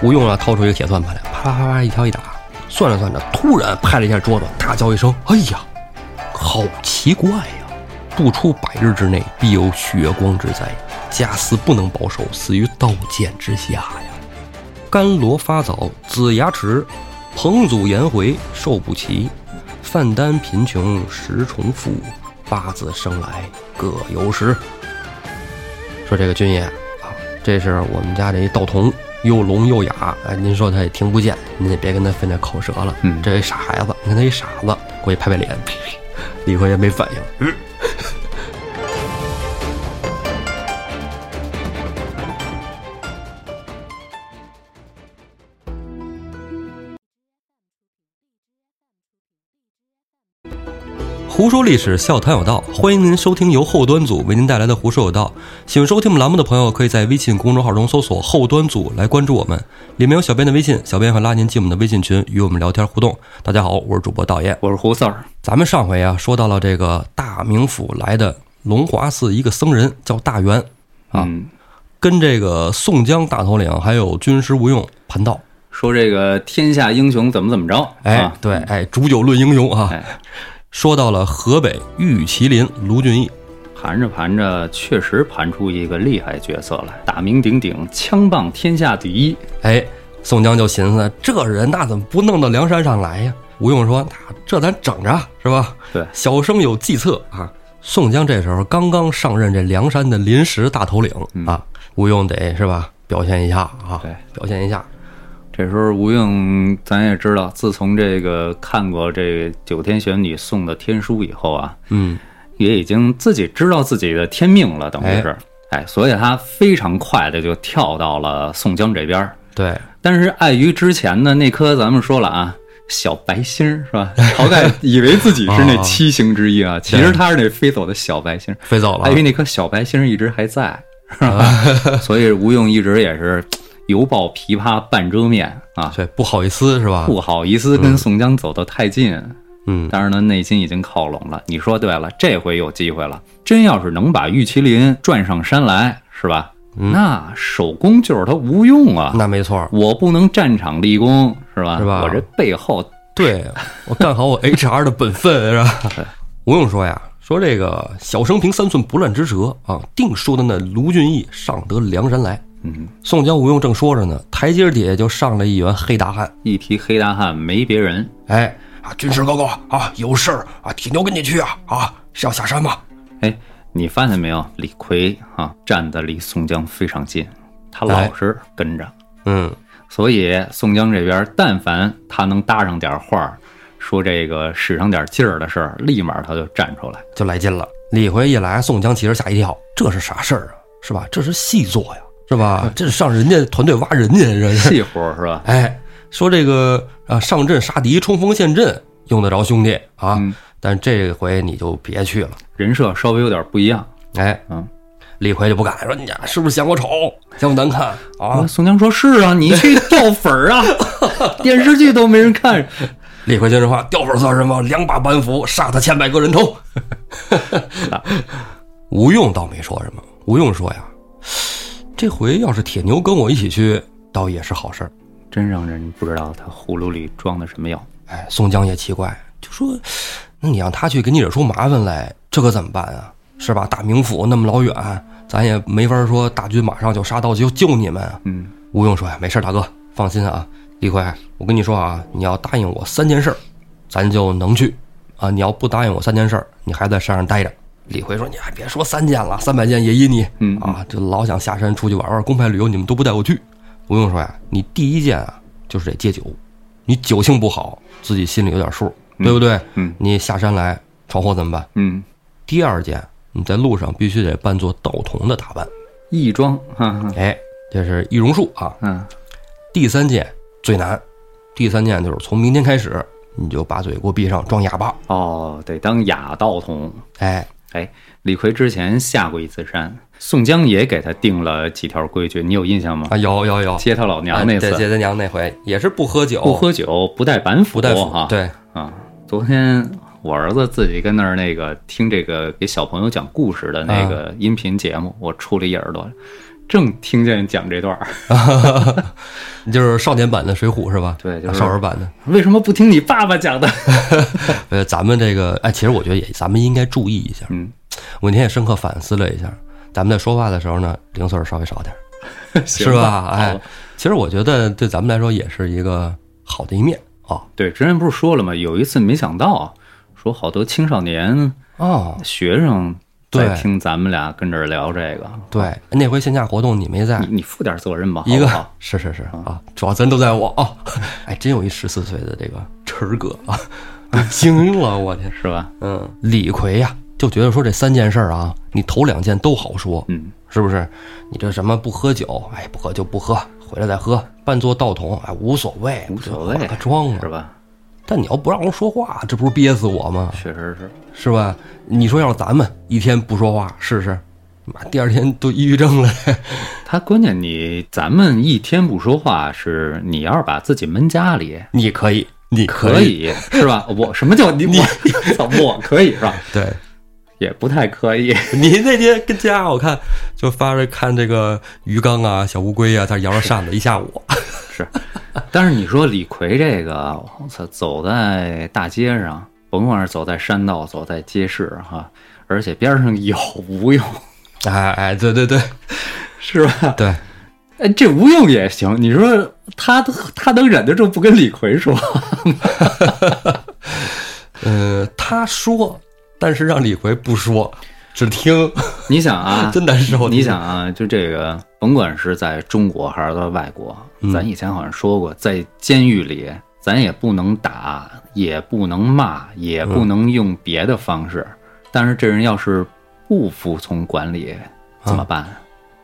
胡用了，掏出一个铁算盘来，啪啪啪啪一挑一打，算着算着，突然拍了一下桌子，大叫一声：“哎呀，好奇怪呀！不出百日之内，必有血光之灾。家私不能保守，死于刀剑之下呀！”甘罗发早，子牙迟，彭祖颜回寿不齐，范丹贫穷十重富，八字生来各有时。说这个军爷啊，这是我们家这一道童，又聋又哑，哎，您说他也听不见，您也别跟他费那口舌了。嗯这一傻孩子，你看他一傻子，过去拍拍脸， 呸呸李逵也没反应。胡说历史，笑谈有道。欢迎您收听由后端组为您带来的《胡说有道》。喜欢收听我们栏目的朋友，可以在微信公众号中搜索“后端组”来关注我们，里面有小编的微信，小编会拉您进我们的微信群，与我们聊天互动。大家好，我是主播导演。我是胡四儿，咱们上回啊说到了这个大名府来的龙华寺一个僧人叫大元，啊嗯，跟这个宋江大头领还有军师吴用盘道。说这个天下英雄怎么怎么着，哎，啊对，哎，煮酒论英雄啊。哎，说到了河北玉麒麟卢俊义，盘着盘着，确实盘出一个厉害角色来，大名鼎鼎，枪棒天下第一，哎，宋江就寻思这人那怎么不弄到梁山上来呀？吴用说：“那这咱整着是吧？对小生有计策啊。”宋江这时候刚刚上任这梁山的临时大头领、啊，吴用得是吧表现一下啊，嗯对，表现一下。这时候吴用，咱也知道，自从这个看过这九天玄女送的天书以后啊，嗯，也已经自己知道自己的天命了，等于是，哎，所以他非常快的就跳到了宋江这边儿。对，但是碍于之前的那颗，咱们说了啊，小白星儿是吧？ 晁盖以为自己是那七星之一啊，其实他是那飞走的小白星儿，飞走了碍。于那颗小白星儿一直还在，是 吧？所以吴用一直也是犹抱琵琶半遮面啊，对，不好意思是吧？不好意思跟宋江走得太近，嗯，但是呢，内心已经靠拢了。你说对了，这回有机会了。真要是能把玉麒麟转上山来，是吧？嗯那首功就是他吴用啊！那没错儿。我不能战场立功，是吧？是吧我这背后对 我干好我 HR 的本分是吧？吴用说呀，说这个小生平三寸不烂之舌啊，定说的那卢俊义上得梁山来。嗯，宋江、吴用正说着呢，台阶底下就上来一员黑大汉。一提黑大汉没别人，哎，啊，军师报告啊，有事儿啊，铁牛跟你去啊啊，是要下山吗？哎，你发现没有？李逵啊，站得离宋江非常近，他老实跟着。嗯，所以宋江这边，但凡他能搭上点话儿，说这个使上点劲儿的事儿，立马他就站 出来。就来劲了。李逵一来，宋江其实吓一跳，这是啥事儿啊？是吧？这是细作呀，是嗯吧？这是上人家团队挖人家，这是气活是吧？哎，说这个啊，上阵杀敌，冲锋陷阵，用得着兄弟啊。嗯但这回你就别去了。人设稍微有点不一样。哎，嗯，李逵就不敢说，你家是不是嫌我丑，嫌我难看啊？啊，宋江说：“是啊，你去掉粉 儿啊，电视剧都没人看。李逵接着话：“掉粉算什么？两把板斧杀他千百个人头。啊”吴用倒没说什么。吴用说呀：“这回要是铁牛跟我一起去，倒也是好事儿。”真让人不知道他葫芦里装的什么药。哎，宋江也奇怪，就说：“那你让他去给你惹出麻烦来，这可怎么办啊？是吧？大名府那么老远，咱也没法说大军马上就杀到就救你们。”嗯，吴用说：“呀，哎没事儿，大哥，放心啊，李逵，我跟你说啊，你要答应我三件事儿，咱就能去啊。你要不答应我三件事儿，你还在山上待着。”李逵说：“你还别说三件了，三百件也依你。嗯啊，这老想下山出去玩玩，公派旅游你们都不带我去。”吴用说：“呀，你第一件啊，就是得戒酒，你酒性不好，自己心里有点数，对不对？嗯你下山来闯祸怎么办？嗯，第二件，你在路上必须得扮作道童的打扮。义庄，哈哈，哎，这是易容术啊。嗯，第三件最难，第三件就是从明天开始，你就把嘴给我闭上，装哑巴。哦，得当哑道童。哎，哎，李逵之前下过一次山，宋江也给他定了几条规矩，你有印象吗？啊，有有有，接他老娘那哎次，对接他娘那回也是不喝酒，不喝酒，不带板斧，不带斧啊，对， 啊，昨天我儿子自己跟那儿那啊个听这个给小朋友讲故事的那个音频节目，我出了一耳朵。正听见讲这段儿，就是少年版的《水浒》是吧？啊对就是少儿版的。为什么不听你爸爸讲的？ 呃，咱们这个，哎，其实我觉得也，咱们应该注意一下。嗯，我那天也深刻反思了一下，咱们在说话的时候呢，零碎儿稍微少点儿，行 是吧？好哎了，其实我觉得对咱们来说也是一个好的一面啊。对，之前不是说了吗？有一次没想到，说好多青少年哦，学生在对听咱们俩跟这儿聊这个，对，那回线下活动你没在，你你负点责任吧，一个嗯好不好？嗯是是是啊，主要责任都在我 啊。哎，真有一十四岁的这个晨儿哥啊，都惊了，我天！是吧？嗯，李逵呀、就觉得说这三件事儿啊，你头两件都好说，嗯，是不是？你这什么不喝酒，哎，不喝就不喝，回来再喝，半做道童，哎，无所谓，无所我谓就化个妆啊是。吧？但你要不让人说话，这不是憋死我吗？确实是，是吧？你说要是咱们一天不说话试试，妈，第二天都抑郁症了。 他关键你咱们一天不说话，是你要是把自己闷家里。你可以，你可，以是吧？我什么叫你我 操我可以是吧？对。也不太可以，你那天跟家我看就发着看这个鱼缸啊、小乌龟啊，在那摇着扇子一下午。 是。但是你说李逵这个，我操，走在大街上，甭管是走在山道，走在街市哈，而且边上有吴用，哎哎，对对对是吧？对，哎，这吴用也行。你说他他能忍得住不跟李逵说？ 呃，他说，但是让李逵不说，只听，，你想啊真难受。你想啊，就这个，甭管是在中国还是在外国，嗯咱以前好像说过，在监狱里，咱也不能打，也不能骂，也不嗯能用别的方式。但是这人要是不服从管理，啊怎么办？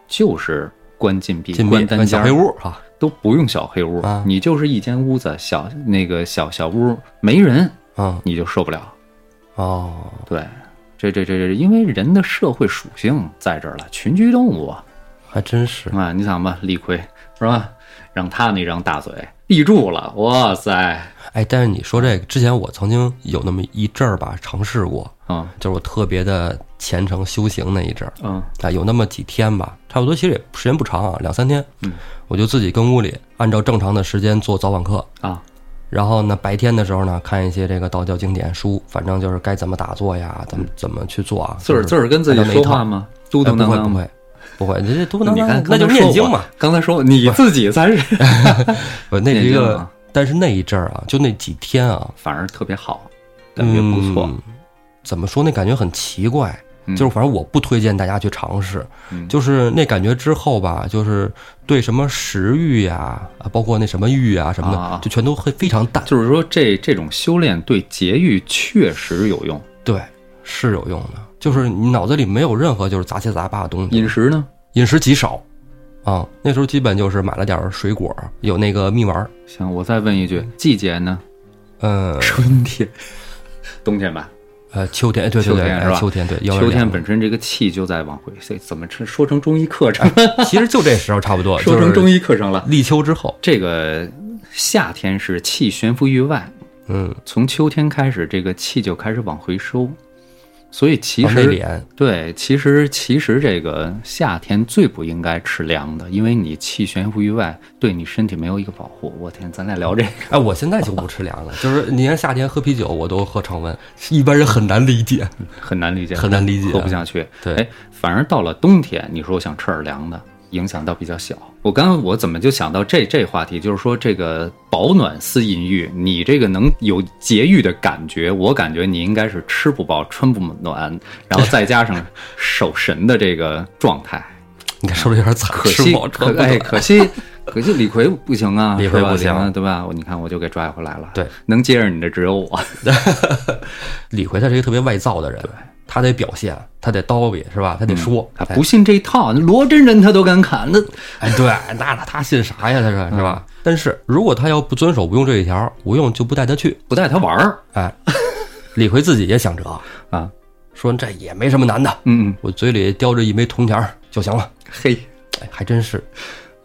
就是关禁闭、进关关单间小儿黑，屋啊，都不用小黑屋，啊你就是一间屋子，小那个小小屋没人，嗯你就受不了。哦，对，这这这这，因为人的社会属性在这儿了，群居动物啊。还真是。啊，你想吧，李逵是吧？让他那张大嘴立住了，哇塞，哎，但是你说这个之前，我曾经有那么一阵儿吧，尝试过，嗯就是我特别的虔诚修行那一阵儿。嗯啊，有那么几天吧，差不多，其实也时间不长啊，两三天。嗯，我就自己跟屋里按照正常的时间做早晚课，啊，然后呢，白天的时候呢，看一些这个道教经典书，反正就是该怎么打坐呀，怎么怎么去做啊，自个儿自儿个儿跟自己说话吗？哎嘟嘟囔哎不会囔不吗？会不会，这这嘟嘟囔你囔，，看刚那才就是说念经我嘛，。刚才说你自己才是， 不，那是一念经个啊，但是那一阵儿啊，就那几天啊，反而特别好，感觉不错。嗯怎么说？那感觉很奇怪，就是反正我不推荐大家去尝试，嗯就是那感觉之后吧，就是对什么食欲呀、啊，包括那什么欲啊什么的，啊啊就全都会非常淡。就是说这这种修炼对节欲确实有用。对，是有用的，就是你脑子里没有任何就是杂七杂八的东西，饮食呢？饮食极少。啊、那时候基本就是买了点儿水果，有那个蜜丸儿，行，我再问一句，季节呢？ 呃春天、冬天吧。呃，秋天，对对秋对，天是哎吧？秋天对，腰有秋点天凉本身这个气就在往回，这怎么这说成中医课程？ 其实就这时候差不多，说成哎就中是医课程了。立秋之后，这个夏天是气悬浮于外，嗯，从秋天开始，这个气就开始往回收，所以其往内实、敛，对，其实其实这个夏天最不应该吃凉的，因为你气悬浮于外，对你身体没有一个保护。我天，咱俩聊这个，哎，我现在就不吃凉了，就是你看夏天喝啤酒，我都喝常温，一般人很难理解，很难理解，很难理解喝不下去。对哎，反而到了冬天，你说我想吃点凉的，影响倒比较小。我刚刚我怎么就想到这这话题，就是说这个保暖思淫欲，你这个能有节欲的感觉，我感觉你应该是吃不饱穿不暖，然后再加上守神的这个状态。你看是不是有点惨？可吃惜不饱穿可不哎，暖可惜 可惜李逵不行 啊，李逵是吧不行咱们对吧？我你看我就给拽回来了。对，能接着你的只有我。 啊李逵他是一个特别外造的人，他得表现，他得叨逼是吧？他得说，嗯他哎不信这一套，那罗真人他都敢砍，那哎，对，那那他信啥呀？他说是嗯吧？但是如果他要不遵守吴用这一条，吴用就不带他去。不带他玩儿 哎，李逵自己也想着，啊。说这也没什么难的，嗯嗯，我嘴里叼着一枚铜钱儿就行了。嘿哎，还真是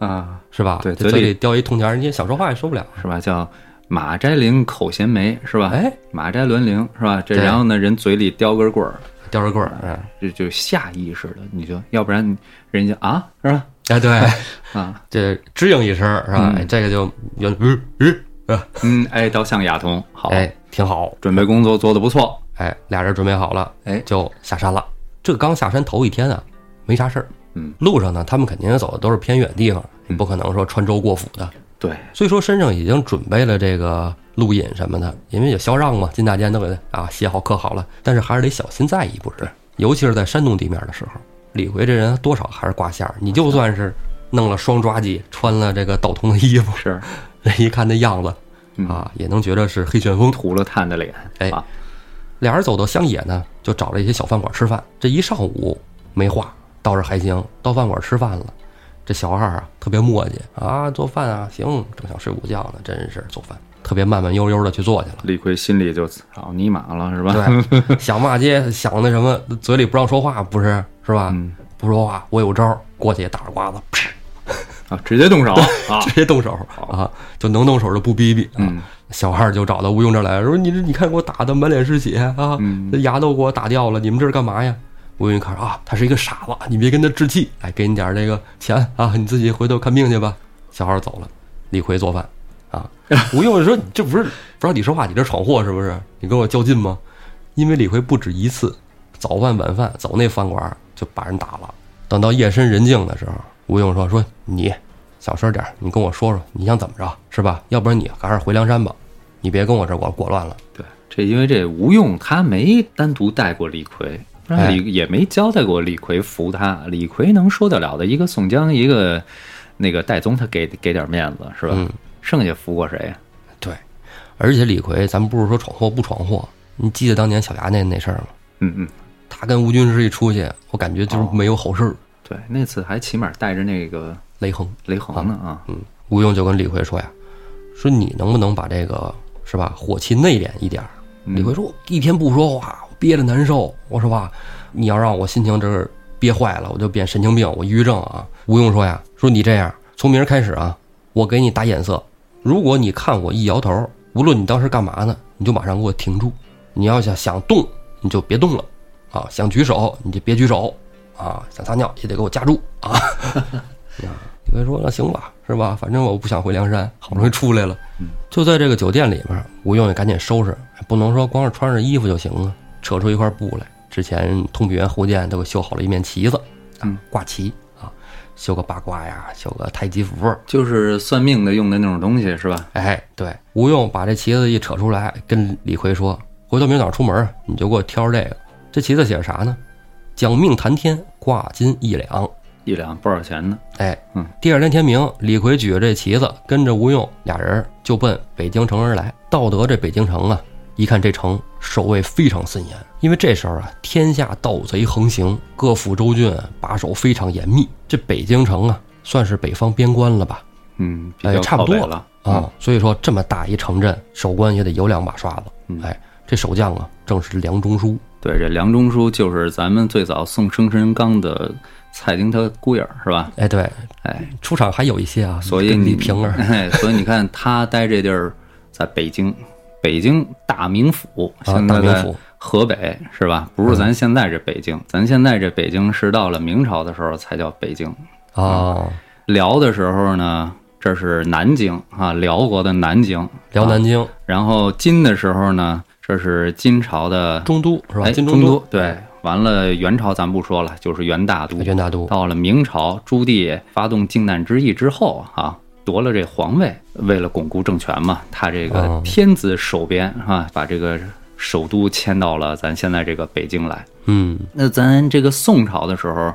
啊，是吧？对这嘴嘴里里叼一铜钱儿，你也想说话也说不了。是吧？叫马摘绫口衔梅，是吧？哎，马摘纶绫是吧？这对然后呢，人嘴里叼根棍儿，叼着棍儿，哎就就下意识的，你就要不然人家啊是吧？ 哎，对， 啊，这支应一声是吧？哎这个就有嗯嗯，啊嗯，哎，倒向亚童，好，哎，挺好。准备工作做得不错，哎，俩人准备好了，哎就下山了。这刚下山头一天啊，没啥事儿。嗯，路上呢，他们肯定走的都是偏远地方，嗯不可能说穿州过府的，对，所以说身上已经准备了这个路引什么的，因为有销让嘛，进大街都给它啊写好刻好了，但是还是得小心在意，不是？尤其是在山东地面的时候，李逵这人多少还是挂线儿，你就算是弄了双抓髻，穿了这个道童的 衣服，是人一看那样子嗯啊，也能觉得是黑旋风。涂了炭的脸，哎啊，俩人走到乡野呢，就找了一些小饭馆吃饭。这一上午没话，倒是还行。到饭馆吃饭了，这小二啊特别磨叽啊，做饭啊行，正想睡午觉呢，真是做饭特别慢慢悠悠的去做去了。李逵心里就操尼玛了，是吧？对，想骂街，想那什么，嘴里不让说话，不是是吧？嗯不说话，我有招儿，过去打耳刮子，噗 啊，直接动手啊，直接动手啊，就能动手就不逼逼啊。嗯小二就找到吴用这儿来说：“你这你看给我打的满脸是血啊，嗯这牙都给我打掉了，你们这是干嘛呀？”吴用一看啊，他是一个傻子，你别跟他置气，哎，给你点儿这个钱啊，你自己回头看病去吧。小二走了，李逵做饭啊。 吴用说：“你这不是不让你说话，你这闯祸是不是？你跟我较劲吗？”因为李逵不止一次，早饭晚饭走那饭馆儿就把人打了。等到夜深人静的时候，吴用说：“说你小声点儿，你跟我说说你想怎么着，是吧？要不然你还是回梁山吧，你别跟我这儿我裹乱了。对，这因为这吴用他没单独带过李逵，不哎然李也没交代过李逵服他。李逵能说得了的一个宋江，一个那个戴宗，他给给点面子是吧？嗯剩下服过谁呀？啊对，而且李逵，咱不是说闯祸不闯祸，你记得当年小牙那那事儿吗？嗯嗯，他跟吴军师一出去，我感觉就是没有好事儿。对，那次还起码带着那个雷横，雷横呢啊，嗯，吴用就跟李逵说呀，说你能不能把这个是吧火气内敛一点儿？嗯李逵说，我一天不说话，我憋着难受，我说吧，你要让我心情这是憋坏了，我就变神经病，我抑郁症啊。吴用说呀，说你这样，从明儿开始啊，我给你打眼色，如果你看我一摇头，无论你当时干嘛呢，你就马上给我停住。你要想想动，你就别动了，啊，想举手你就别举手，啊，想撒尿也得给我夹住啊。李逵说：“那行吧，是吧？反正我不想回梁山，好不容易出来了。就在这个酒店里边，吴用也赶紧收拾，不能说光是穿上衣服就行啊，扯出一块布来。之前通臂猿侯健都给绣好了一面旗子，啊嗯，挂旗啊，绣个八卦呀，绣个太极符。就是算命的用的那种东西是吧？哎，对，吴用把这旗子一扯出来，跟李逵说：“回头明儿早上出门啊，你就给我挑这个。这旗子写着啥呢？讲命谈天，挂金一两。”一两多少钱呢？哎，嗯，第二天天明，李逵举着这旗子，跟着吴用俩人就奔北京城而来。到得这北京城啊，一看这城守卫非常森严，因为这时候啊，天下盗贼横行，各府州郡啊把守非常严密。这北京城啊，算是北方边关了吧？嗯，比哎较差不靠北多了啊、。所以说这么大一城镇，守关也得有两把刷子。嗯哎，这守将啊，正是梁中书。对，这梁中书就是咱们最早送生辰纲的蔡京他姑爷儿是吧？哎，对，哎，出场还有一些啊，所以跟你李瓶 儿，哎，所以你看他待这地儿，在北京，北京大名府，啊现在大名在府河北是吧？不是咱现在这北京，咱现在这北京是到了明朝的时候才叫北京。嗯啊，辽的时候呢，这是南京啊，辽国的南京。辽南京、然后金的时候呢，这是金朝的中都是吧？哎金中都，对。完了，元朝咱不说了，就是元大都。元大都。到了明朝，朱棣发动靖难之役之后啊，夺了这皇位，为了巩固政权嘛，他这哦个天子手边啊，把这个首都迁到了咱现在这个北京来。嗯，那咱这个宋朝的时候，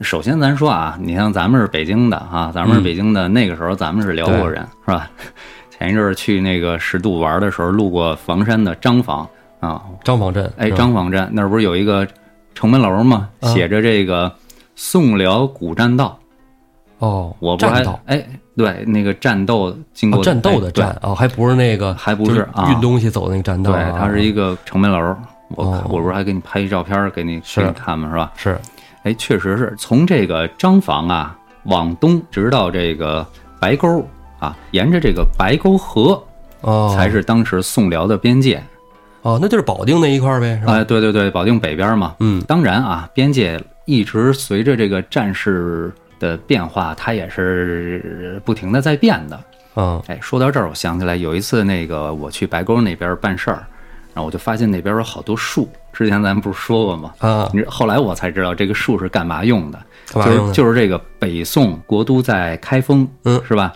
首先咱说啊，你像咱们是北京的啊，咱们是北京的，那个时候咱们是辽国人是吧？ 前一阵儿去那个十渡玩的时候，路过房山的张坊啊，张坊镇，哎，是吧张坊站那儿不是有一个城门楼吗？啊写着这个宋辽古栈道，哦，我不战还斗，哎，对，那个战斗经哦，过战斗的，战哎哦，还不是那个，还不就是是啊运东西走的那个战斗对，啊，对它是一个城门楼。我哦我不是还给你拍一照片儿给你是给你看吗？是吧？哦是哎，确实是从这个张坊啊往东，直到这个白沟啊，沿着这个白沟河哦，才是当时宋辽的边界。哦，那就是保定那一块儿呗，是吧？哎，对对对，保定北边嘛。嗯当然啊，边界一直随着这个战事的变化，它也是不停的在变的。嗯哎，说到这儿，我想起来有一次，那个我去白沟那边办事儿，然后我就发现那边有好多树。之前咱们不是说过吗？啊，你后来我才知道这个树是干嘛用的，干嘛用的就是就是这个北宋国都在开封，嗯是吧？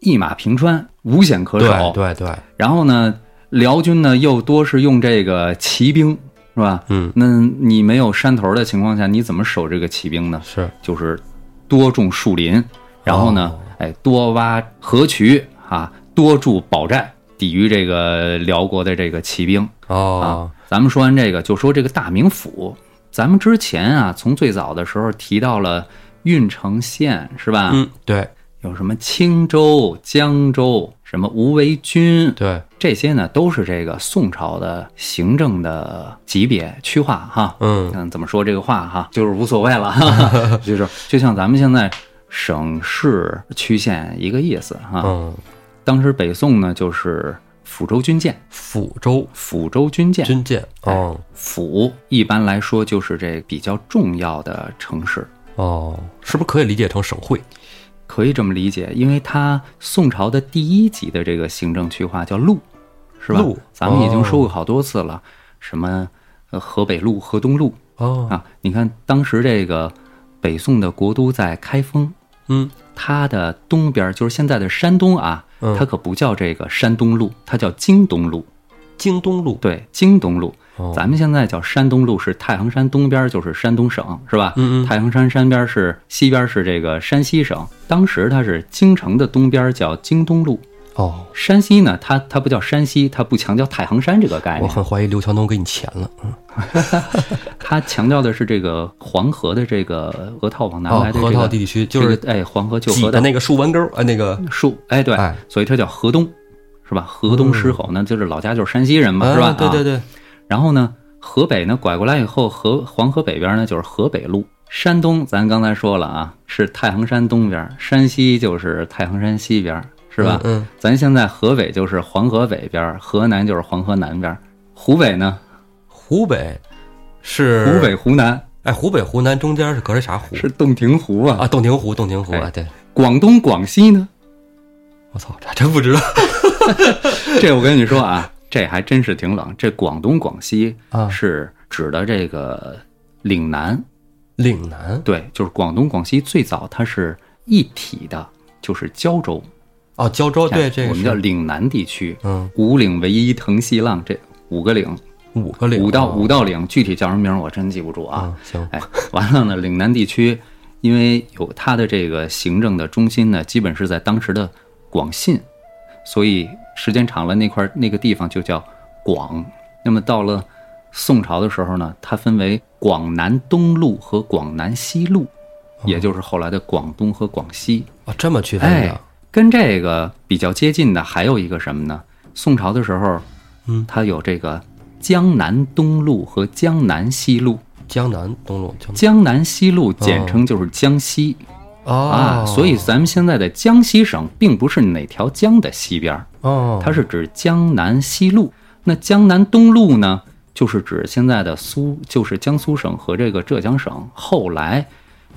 一马平川，无险可守。对对对，然后呢，辽军呢又多是用这个骑兵，是吧？嗯，那你没有山头的情况下，你怎么守这个骑兵呢？是就是多种树林，然后呢，哦哎，多挖河渠啊，多筑堡寨，抵御这个辽国的这个骑兵啊哦，。咱们说完这个，就说这个大名府。咱们之前啊，从最早的时候提到了郓城县，是吧？嗯，对有什么青州、江州，什么吴为军，对，这些呢都是这个宋朝的行政的级别区划哈。嗯嗯，怎么说这个话哈，就是无所 谓了，哈，就是就像咱们现在省市区县一个意思哈。嗯，当时北宋呢就是抚州军舰，抚州抚州军舰，军舰，哦抚一般来说就是这比较重要的城市，哦，是不是可以理解成省会？可以这么理解，因为它宋朝的第一级的这个行政区划叫路，是吧路？咱们已经说过好多次了，什么呃河北路、河东路哦，啊。你看当时这个北宋的国都在开封，嗯，它的东边就是现在的山东啊，嗯它可不叫这个山东路，它叫京东路。京东路，对，京东路，哦咱们现在叫山东路，是太行山东边就是山东省，是吧？嗯嗯太行山山边是西边是这个山西省，当时它是京城的东边叫京东路，哦，山西呢，它它不叫山西，它不强调太行山这个概我念，很怀疑刘强东给你钱了，嗯它强调的是这个黄河的这个呃河套往南哦来，的这河个、套地区就这是个哎黄河旧挤河的道那个竖弯钩，呃，那个树，哎对，哎嗯所以它叫河东，是吧？河东狮吼呢，就是老家就是山西人嘛，是吧？啊对对啊对，然后呢，河北呢拐过来以后，河黄河北边呢就是河北路。山东，咱刚才说了啊，是太行山东边；山西就是太行山西边，是吧？嗯，嗯咱现在河北就是黄河北边，河南就是黄河南边，湖北呢，湖北是湖北，湖南哎，湖北湖南中间是隔着啥湖？是洞庭湖啊。啊，洞庭湖，洞庭湖哎啊，对，广东、广西呢， 我操，这还真不知道这我跟你说啊，这还真是挺冷。这广东、广西啊是指的这个岭南，岭南对，就是广东、广西最早它是一体的，就是胶州。哦，胶州，对，这我个们叫是，岭南地区，嗯，五岭为一腾细浪，这五个岭，五个岭，五道哦五道岭，具体叫什么名儿我真记不住啊。啊，行，哎，完了呢，岭南地区因为有它的这个行政的中心呢，基本是在当时的广信，所以时间长了那块儿那个地方就叫广。那么到了宋朝的时候呢，它分为广南东路和广南西路，也就是后来的广东和广西。啊，这么区分哎的，，跟这个比较接近的还有一个什么呢？宋朝的时候，嗯它有这个江南东路和江南西路。江南东路，江南江南西路简称就是江西、啊，哦，所以咱们现在的江西省并不是哪条江的西边儿，哦，它是指江南西路。那江南东路呢，就是指现在的苏，就是江苏省和这个浙江省，后来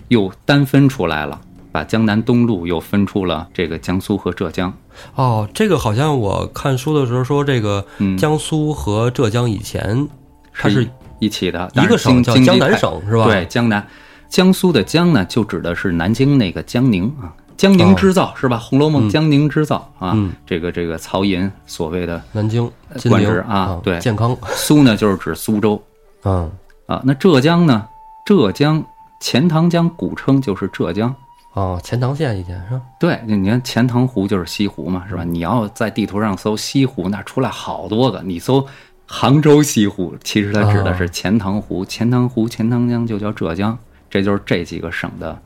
又单分出来了，把江南东路又分出了这个江苏和浙江。哦，这个好像我看书的时候说，这个江苏和浙江以前它是嗯一起的，一个省叫但是江京京南畿省是吧？对，，江南，江苏的江呢，就指的是南京那个江宁啊，江哦宁织造、是吧？《红楼嗯梦》江宁织造啊，这个这个曹寅所谓的南京、金官陵职啊对健康，苏呢，就是指苏州嗯，啊。那浙江呢？浙江钱塘江古称就是浙江。哦，钱塘县以前是吧？对，你看钱塘湖就是西湖嘛，是吧？你要在地图上搜西湖，那出来好多个。你搜杭州西湖，其实它指哦的是钱塘湖，钱塘湖、钱塘江就叫浙江，这就是这几个省的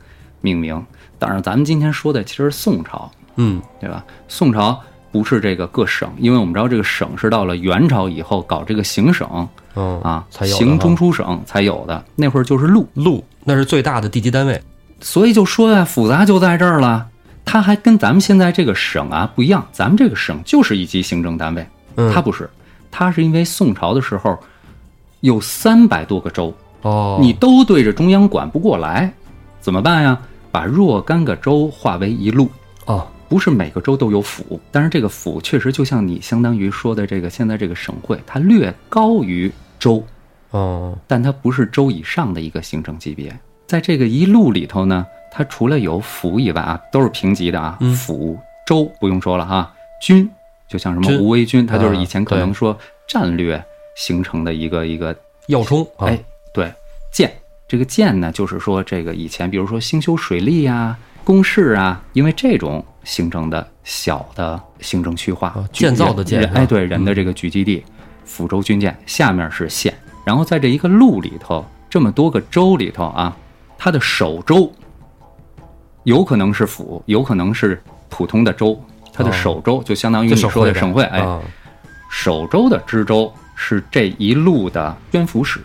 命名。当然，咱们今天说的其实是宋朝，嗯，对吧？宋朝不是这个各省，因为我们知道这个省是到了元朝以后搞这个行省嗯啊，才有的行哈中书省才有的，那会儿就是路。路，那是最大的地级单位。所以就说呀、复杂就在这儿了。它还跟咱们现在这个省啊不一样，咱们这个省就是一级行政单位，嗯它不是，它是因为宋朝的时候有三百多个州，哦，你都对着中央管不过来，怎么办呀？把若干个州划为一路，哦，不是每个州都有府，但是这个府确实就像你相当于说的这个现在这个省会，它略高于州，哦，但它不是州以上的一个行政级别。在这个一路里头呢，它除了有府以外啊，都是平级的啊，嗯府、州不用说了哈、军就像什么军无为军，它就啊是以前可对能说战略形成的一个一个要冲啊，哎，对，建这个建呢，就是说这个以前，比如说兴修水利啊、工事啊，因为这种形成的小的行政区划啊，聚建造的人建人是吧嗯哎，对，人的这个聚集地，抚州军舰下面是县，然后在这一个路里头，这么多个州里头啊，它的首州有可能是府，有可能是普通的州，它的哦首州就相当于就你省说会的呗省会，哎，啊首州的知州是这一路的宣抚使。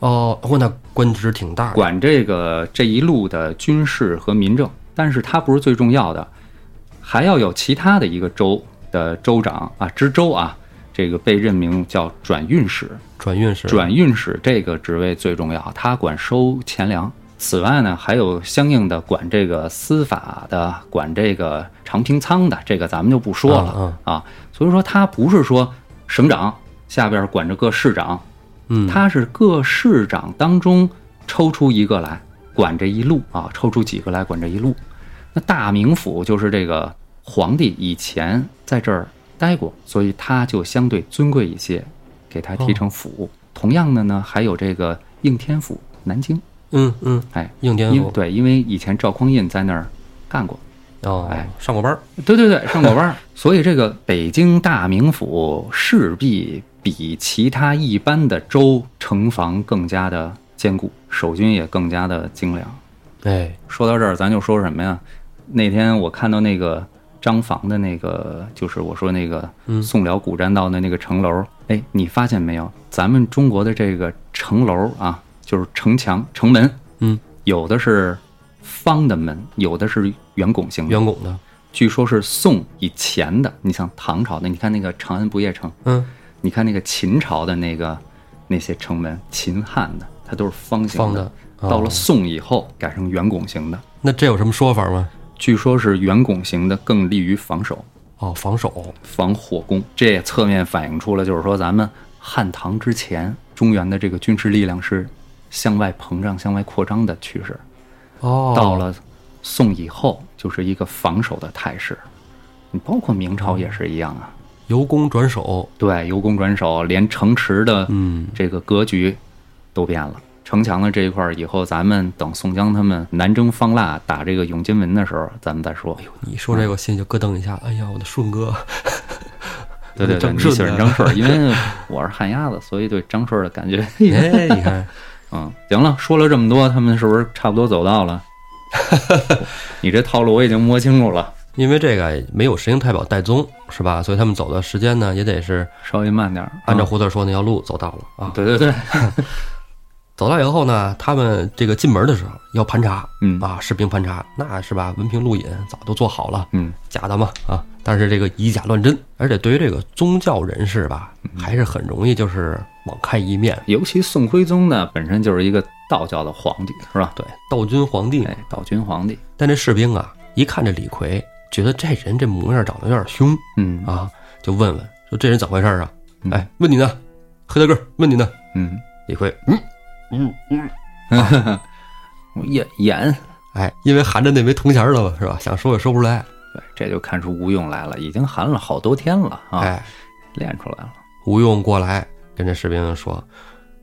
哦，哇，那官职挺大的，管这个这一路的军事和民政，但是它不是最重要的，还要有其他的一个州的州长啊，知州啊，这个被任命叫转运使。转运使，转运使这个职位最重要，他管收钱粮。此外呢，还有相应的管这个司法的，管这个常平仓的，这个咱们就不说了啊啊。所以说，他不是说省长下边管着各市长，嗯，他是各市长当中抽出一个来管这一路啊，抽出几个来管这一路。那大名府就是这个皇帝以前在这儿待过，所以他就相对尊贵一些，给他提成哦府。同样的呢，还有这个应天府，南京，嗯嗯，哎，应天因府对，因为以前赵匡胤在那儿干过，哦哎，上过班儿，对对对，上 过班儿。所以这个北京大名府势必比其他一般的州城防更加的坚固，守军也更加的精良。哎，说到这儿，咱就说什么呀？那天我看到那个张房的那个，就是我说那个嗯宋辽古栈道的那个城楼，哎，你发现没有？咱们中国的这个城楼啊，就是城墙、城门，嗯，有的是方的门，有的是圆拱形的，圆拱的，据说是宋以前的，你像唐朝的，你看那个长安不夜城，嗯，你看那个秦朝的那个那些城门，秦汉的，它都是方形方的哦到了宋以后，改成圆拱形的。那这有什么说法吗？据说是圆拱形的更利于防守、哦，防守，防火攻。这也侧面反映出了，就是说咱们汉唐之前，中原的这个军事力量是向外膨胀、向外扩张的趋势。哦，到了宋以后，就是一个防守的态势。你包括明朝也是一样啊。由攻转守，对，由攻转守，连城池的嗯这个格局都变了。城墙的这一块儿，以后咱们等宋江他们南征方腊打这个永金门的时候，咱们再说。你说这个我心里就咯噔一下，哎呀，我的顺哥， 对对对， 正你顺喜欢的张 顺，因为我是旱鸭子，所以对张顺的感觉， 哎，你看，嗯，行了，说了这么多，他们是不是差不多走 到了？你这套路我已经摸清楚了，因为这个没有神行太保戴宗是吧？所以他们走的时间呢，也得是稍微慢点儿，按照胡子说那条路走到了啊嗯。对对对，走到以后呢，他们这个进门的时候要盘查，嗯啊，士兵盘查，那是吧？文凭路引早都做好了，嗯，假的嘛啊！但是这个以假乱真，而且对于这个宗教人士吧，还是很容易就是网开一面。尤其宋徽宗呢，本身就是一个道教的皇帝，是吧？对，道君皇帝，哎，道君皇帝，但这士兵啊，一看这李逵，觉得这人这模样长得有点凶嗯啊，就问问说这人怎么回事啊？嗯哎，问你呢，黑大个儿，问你呢。嗯，李逵，嗯，演演，哎，因为含着那枚铜钱儿了嘛，是吧？想说也说不出来。对，这就看出吴用来了，已经含了好多天了啊，哎，练出来了。吴用过来跟这士兵说：“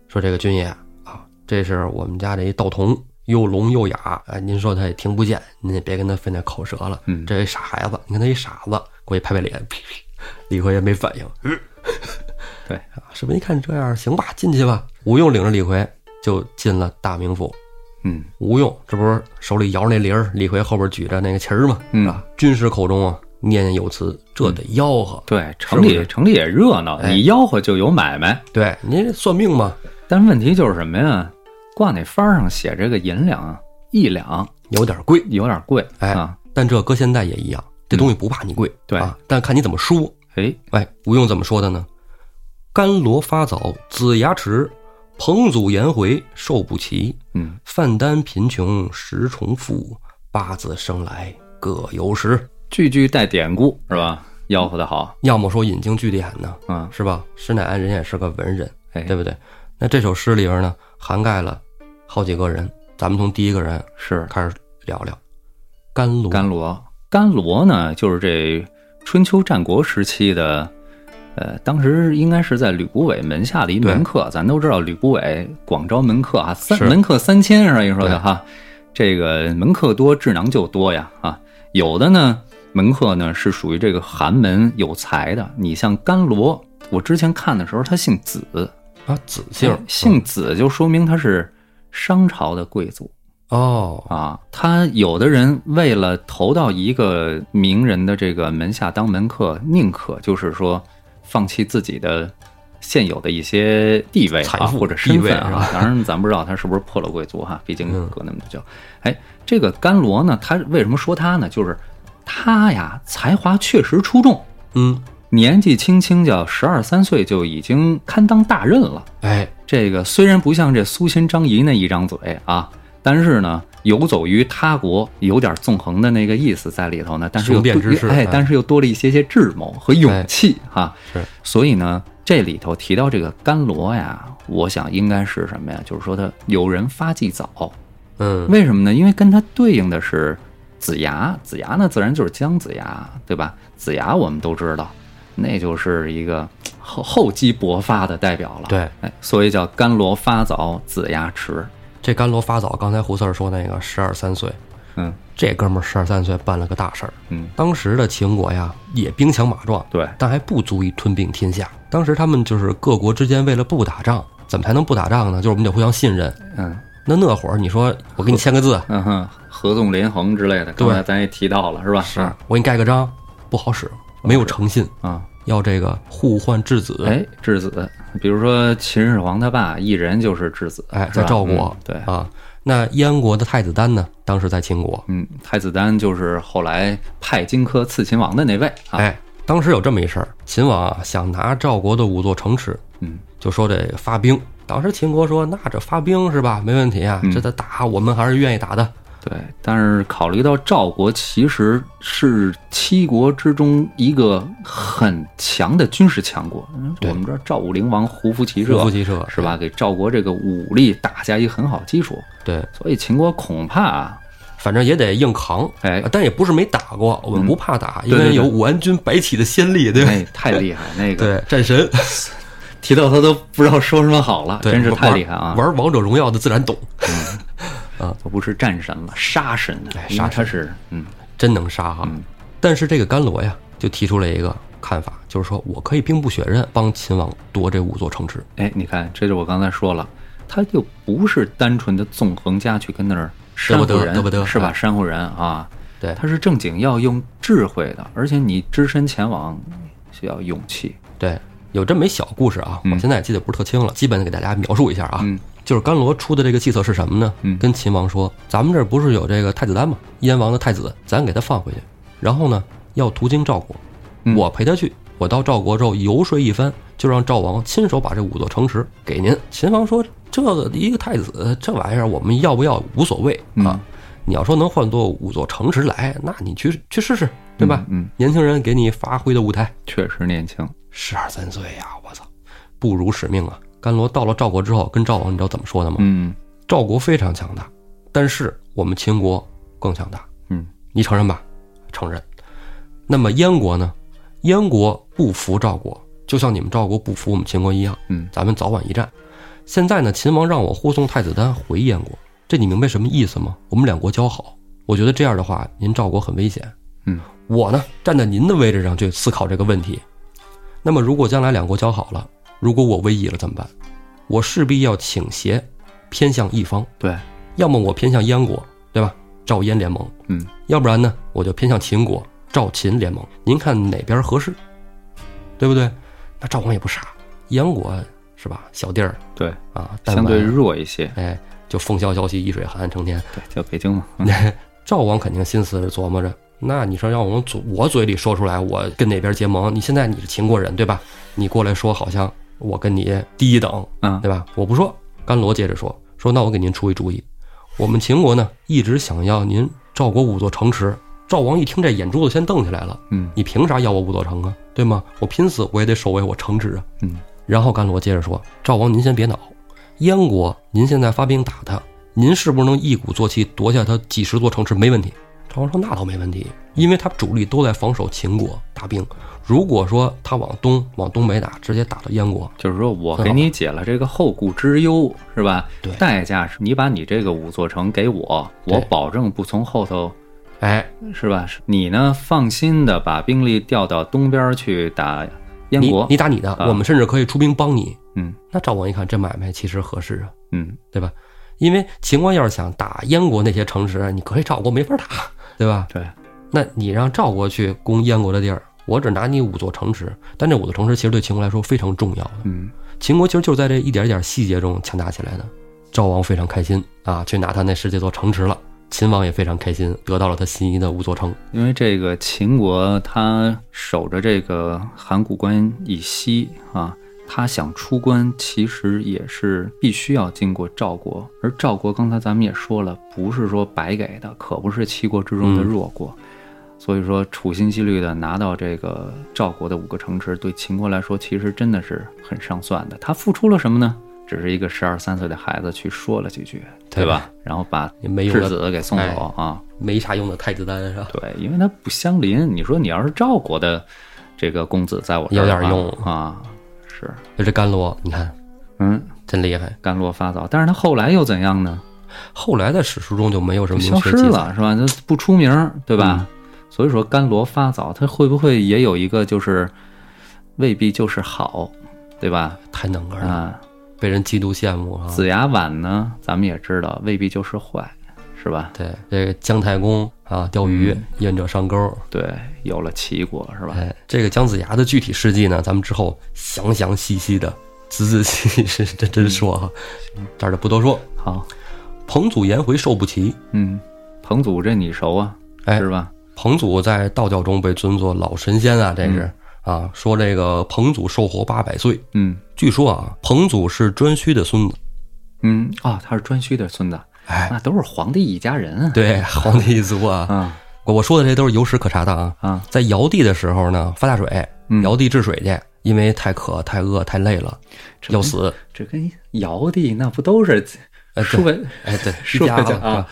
说这个军爷啊，这是我们家的一道童，又聋又哑，哎，您说他也听不见，您也别跟他费那口舌了。嗯这一傻孩子，你看他一傻子，过去拍拍脸，屁屁。李逵也没反应。 对啊，士兵一看这样，行吧，进去吧。吴用领着李逵就进了大名府。嗯吴用这不是手里摇着那铃儿，李逵后边举着那个旗儿吗？嗯，军师口中啊，念念有词，这得吆喝。对，城里是城里也热闹，哎你吆喝就有买卖。对，您这算命吗？但问题就是什么呀？挂那幡儿上写这个银两一两有点贵。有点贵哎啊，但这搁现在也一样，这东西不怕你贵，嗯对啊，但看你怎么说。哎，哎，吴用怎么说的呢？甘罗发早，子牙迟，彭祖颜回，寿不齐。嗯范丹贫穷，十重富，八字生来各有时，句句带典故是吧？吆喝的好，要么说引经据典呢，嗯，是吧？施耐庵人也是个文人，哎，对不对？那这首诗里边呢，涵盖了好几个人，咱们从第一个人是开始聊聊。甘罗，甘罗。甘罗呢，就是这春秋战国时期的，呃，当时应该是在吕不韦门下的一门客。咱都知道吕不韦广招门客啊，三是门客三千是吧？一说对的哈，这个门客多，智囊就多呀啊。有的呢，门客呢是属于这个寒门有才的。你像甘罗，我之前看的时候，他姓子，啊，子姓哎姓子就说明他是商朝的贵族。哦，啊，他有的人为了投到一个名人的这个门下当门客，宁可就是说放弃自己的现有的一些地位财啊，富或者地身位份是啊吧。当然，咱不知道他是不是破落贵族 哈、毕竟嗯隔那么久。哎，这个甘罗呢，他为什么说他呢？就是他呀，才华确实出众，嗯，年纪轻轻就十二三岁就已经堪当大任了。哎，这个虽然不像这苏辛张仪那一张嘴啊，但是呢，游走于他国，有点纵横的那个意思在里头呢。但是又雄辩之多士哎哎，但是又多了一些些智谋和勇气哈、是所以呢，这里头提到这个甘罗呀，我想应该是什么呀？就是说他有人发迹早，嗯，为什么呢？因为跟它对应的是子牙，子牙呢自然就是姜子牙，对吧？子牙我们都知道，那就是一个厚厚积薄发的代表了。对，哎，所以叫甘罗发早，子牙迟。这甘罗发早，刚才胡四儿说那个十二三岁，嗯这哥们儿十二三岁办了个大事儿。嗯，当时的秦国呀，也兵强马壮，对，但还不足以吞并天下。当时他们就是各国之间为了不打仗，怎么才能不打仗呢？就是我们得互相信任。嗯那那会儿你说我给你签个字，嗯哼，合纵连横之类的，刚才咱也提到 了，是吧？是我给你盖个章，不好使，没有诚信，啊，要这个互换质子。哎，质子，比如说秦始皇他爸一人就是质子，哎，是在吧赵国嗯，对，啊，那燕国的太子丹呢，当时在秦国，嗯，太子丹就是后来派荆轲刺秦王的那位啊，哎，当时有这么一事儿，秦王啊想拿赵国的五座城池，嗯，就说这个发兵。当时秦国说，那这发兵是吧，没问题啊，嗯这得打，我们还是愿意打的。对，但是考虑到赵国其实是七国之中一个很强的军事强国，嗯对我们知道赵武灵王胡服骑射，夫骑射是？吧？给赵国这个武力打下一个很好基础，对，所以秦国恐怕啊，反正也得硬扛。哎嗯但也不是没打过，我们不怕打，因对为对有对武安君白起的先例， 对吧？哎，太厉害，那个对，战神，提到他都不知道说什么好了，对 真是玩太厉害啊！ 玩王者荣耀的自然懂，都不是战神了，杀神啊，哎因杀为神他是嗯，真能杀哈。嗯但是这个甘罗呀，就提出了一个看法，就是说我可以兵不血刃帮秦王夺这五座城池。哎，你看，这就我刚才说了，他就不是单纯的纵横家去跟那儿得煽不乎得人，得不得是吧？哎煽乎人啊，对，他是正经要用智慧的，而且你只身前往需要勇气。对，有这么一小故事啊，嗯我现在也记得不是特清了，基本给大家描述一下啊。嗯就是甘罗出的这个计策是什么呢？嗯跟秦王说，咱们这儿不是有这个太子丹吗？燕王的太子，咱给他放回去，然后呢，要途经赵国，嗯我陪他去。我到赵国之后游说一番，就让赵王亲手把这五座城池给您。秦王说：“这个一个太子，这玩意儿我们要不要无所谓啊嗯。你要说能换作五座城池来，那你去去试试，对吧？嗯嗯年轻人给你发挥的舞台。”确实年轻，十二三岁呀、我操，不辱使命啊！甘罗到了赵国之后，跟赵王你知道怎么说的吗？嗯赵国非常强大，但是我们秦国更强大，嗯，你承认吧？承认。那么燕国呢？燕国不服赵国，就像你们赵国不服我们秦国一样，嗯咱们早晚一战。现在呢，秦王让我护送太子丹回燕国，这你明白什么意思吗？我们两国交好，我觉得这样的话，您赵国很危险。嗯，我呢站在您的位置上去思考这个问题。那么，如果将来两国交好了，如果我危矣了怎么办？我势必要倾斜，偏向一方，对，要么我偏向燕国，对吧？赵燕联盟，嗯，要不然呢，我就偏向秦国，赵秦联盟。您看哪边合适，对不对？那赵王也不傻，燕国是吧？小弟儿对，啊，但相对凡弱一些，哎，就风萧萧兮易水寒，成天。对，叫北京嘛。嗯赵王肯定心思琢磨着，那你说让我嘴我嘴里说出来，我跟哪边结盟？你现在你是秦国人对吧？你过来说好像我跟你低一等，嗯对吧？我不说。甘罗接着说，说那我给您出一主意，我们秦国呢一直想要您赵赵国五座城池。赵王一听这眼珠子先瞪起来了，嗯你凭啥要我五座城啊？对吗？我拼死我也得守卫我城池啊！嗯然后甘罗接着说：“赵王，您先别恼，燕国您现在发兵打他，您是不是能一鼓作气夺下他几十座城池？没问题。”赵王说：“那倒没问题，因为他主力都在防守秦国大兵。如果说他往东往东北打，直接打到燕国，就是说我给你解了这个后顾之忧，是吧？对代价是你把你这个五座城给我，对我保证不从后头，哎，是吧？是你呢，放心的把兵力调到东边去打燕你国你。打你的，啊我们甚至可以出兵帮你。嗯那赵王一看这买卖其实合适啊，嗯，对吧？因为秦国要是想打燕国那些城池，啊你可以赵国没法打，对吧？对，那你让赵国去攻燕国的地儿，我只拿你五座城池，但这五座城池其实对秦国来说非常重要的。嗯秦国其实就是在这一点一点细节中强大起来的。赵王非常开心啊，去拿他那十几座城池了。秦王也非常开心，得到了他心仪的五座城。因为这个秦国，他守着这个函谷关以西啊，他想出关，其实也是必须要经过赵国。而赵国刚才咱们也说了，不是说白给的，可不是七国之中的弱国。所以说，处心积虑的拿到这个赵国的五个城池，对秦国来说，其实真的是很上算的。他付出了什么呢？只是一个十二三岁的孩子去说了几句，对吧？哎然后把也没用质的，子给送走啊。没啥用的太子丹是吧？对，因为它不相邻。你说你要是赵国的这个公子在我这儿有的点话用啊，是，就这甘罗，你看嗯，真厉害。甘罗发早，但是他后来又怎样呢？后来在史书中就没有什就么消明确失记载。嗯了，是吧？他不出名儿，对吧？所以说甘罗发早，他会不会也有一个就是未必就是好，对吧？太能干了，啊，被人嫉妒羡慕啊！子牙晚呢，咱们也知道未必就是坏，是吧？对，这个姜太公啊，钓鱼，愿者上钩。对，有了齐国，是嗯吧？哎，这个姜子牙的具体事迹呢，咱们之后详详细细的、仔仔细细是真真说哈，嗯这儿就不多说。好，彭祖颜回寿不齐，嗯，彭祖这你熟啊，哎是吧？彭祖在道教中被尊作老神仙啊，这是、啊，说这个彭祖寿活八百岁。嗯据说啊，彭祖是颛顼的孙子。嗯，啊、他是颛顼的孙子。哎，那都是皇帝一家人啊。对，皇帝一族啊，啊我我说的这都是有史可查的啊。啊，在尧帝的时候呢，发大水，尧帝治水去，因为太渴、太饿、太累了，这要死。这跟尧帝那不都是哎叔本哎，对，叔一家了本啊？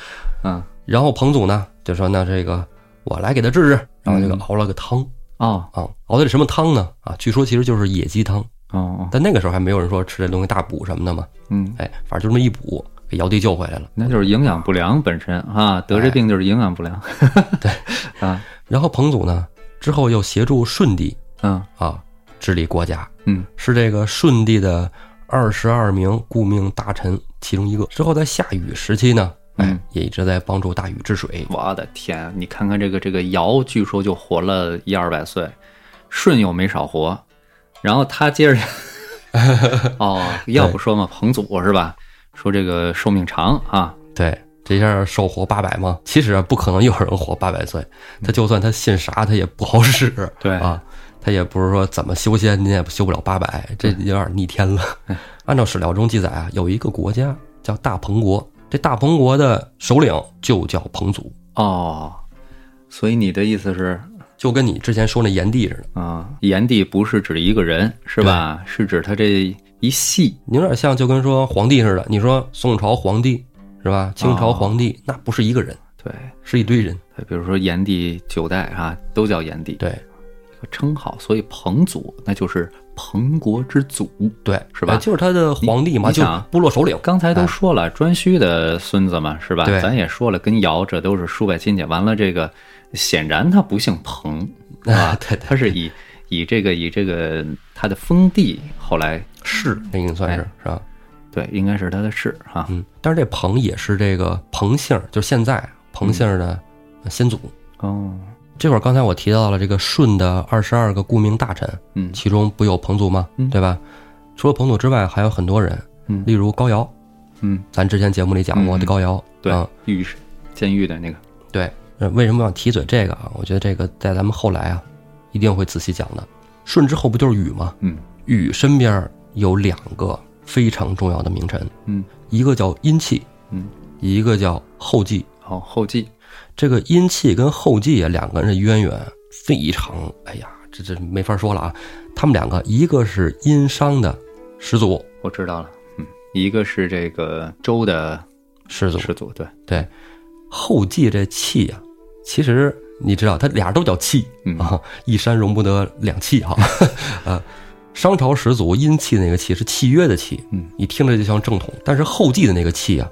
啊然后彭祖呢就说：“那这个我来给他治治。”然后就给熬了个汤哦啊，熬的这什么汤呢？啊，据说其实就是野鸡汤，哦哦，但那个时候还没有人说吃这东西大补什么的嘛。嗯，哎，反正就这么一补，给尧帝救回来了。那就是营养不良本身啊，得这病就是营养不良。 对啊，然后彭祖呢之后又协助舜帝嗯啊治理国家，嗯是这个舜帝的二十二名顾命大臣其中一个。之后在夏禹时期呢，哎嗯，也一直在帮助大禹治水。我的天，你看看这个这个尧，据说就活了一二百岁，舜又没少活，然后他接 着，哦，要不说嘛，彭祖是吧？说这个寿命长啊，对，这一下寿活八百嘛，其实啊不可能有人活八百岁，他就算他信啥，他也不好使。嗯对啊，他也不是说怎么修仙，你也修不了八百，这嗯有点逆天了。 按照史料中记载啊，有一个国家叫大彭国，这大彭国的首领就叫彭祖，哦，所以你的意思是就跟你之前说那炎帝似的，啊，炎帝不是指一个人，是吧？是指他这一系。你有点像就跟说皇帝似的。你说宋朝皇帝是吧？清哦朝皇帝、那不是一个人，对，是一堆人。比如说炎帝九代啊，都叫炎帝对这个称号，所以彭祖那就是彭国之祖。对，是吧哎就是他的皇帝嘛，你就想啊部落首领。刚才都说了，颛顼的孙子嘛，是吧？哎对咱也说了，跟尧这都是叔伯亲戚。完了，这个显然他不姓彭，是吧？ 对对他是以以这个以这个他的封地，后来是，那个算是哎是吧？对，应该是他的氏哈。嗯，但是这彭也是这个彭姓儿，就是现在彭姓儿的呃先祖。哦，这会儿刚才我提到了这个舜的二十二个顾命大臣，嗯其中不有彭祖吗？嗯对吧？除了彭祖之外，还有很多人，嗯例如高尧，嗯，咱之前节目里讲过的高尧。对啊，狱是监狱的那个，对，呃为什么要提嘴这个啊？我觉得这个在咱们后来啊，一定会仔细讲的。舜之后不就是禹吗？嗯禹身边儿有两个非常重要的名臣，嗯。一个叫殷契，嗯，一个叫后稷。好，后继，这个阴气跟后继啊两个人的渊源非常，哎呀，这这没法说了啊。他们两个，一个是殷商的始祖，我知道了，嗯，一个是这个周的始祖始祖，对，对，后继这气呀、其实你知道，它俩都叫气嗯啊，一山容不得两气哈。 呃，商朝始祖殷气那个气是契约的气，嗯，你听着就像正统，但是后继的那个气啊，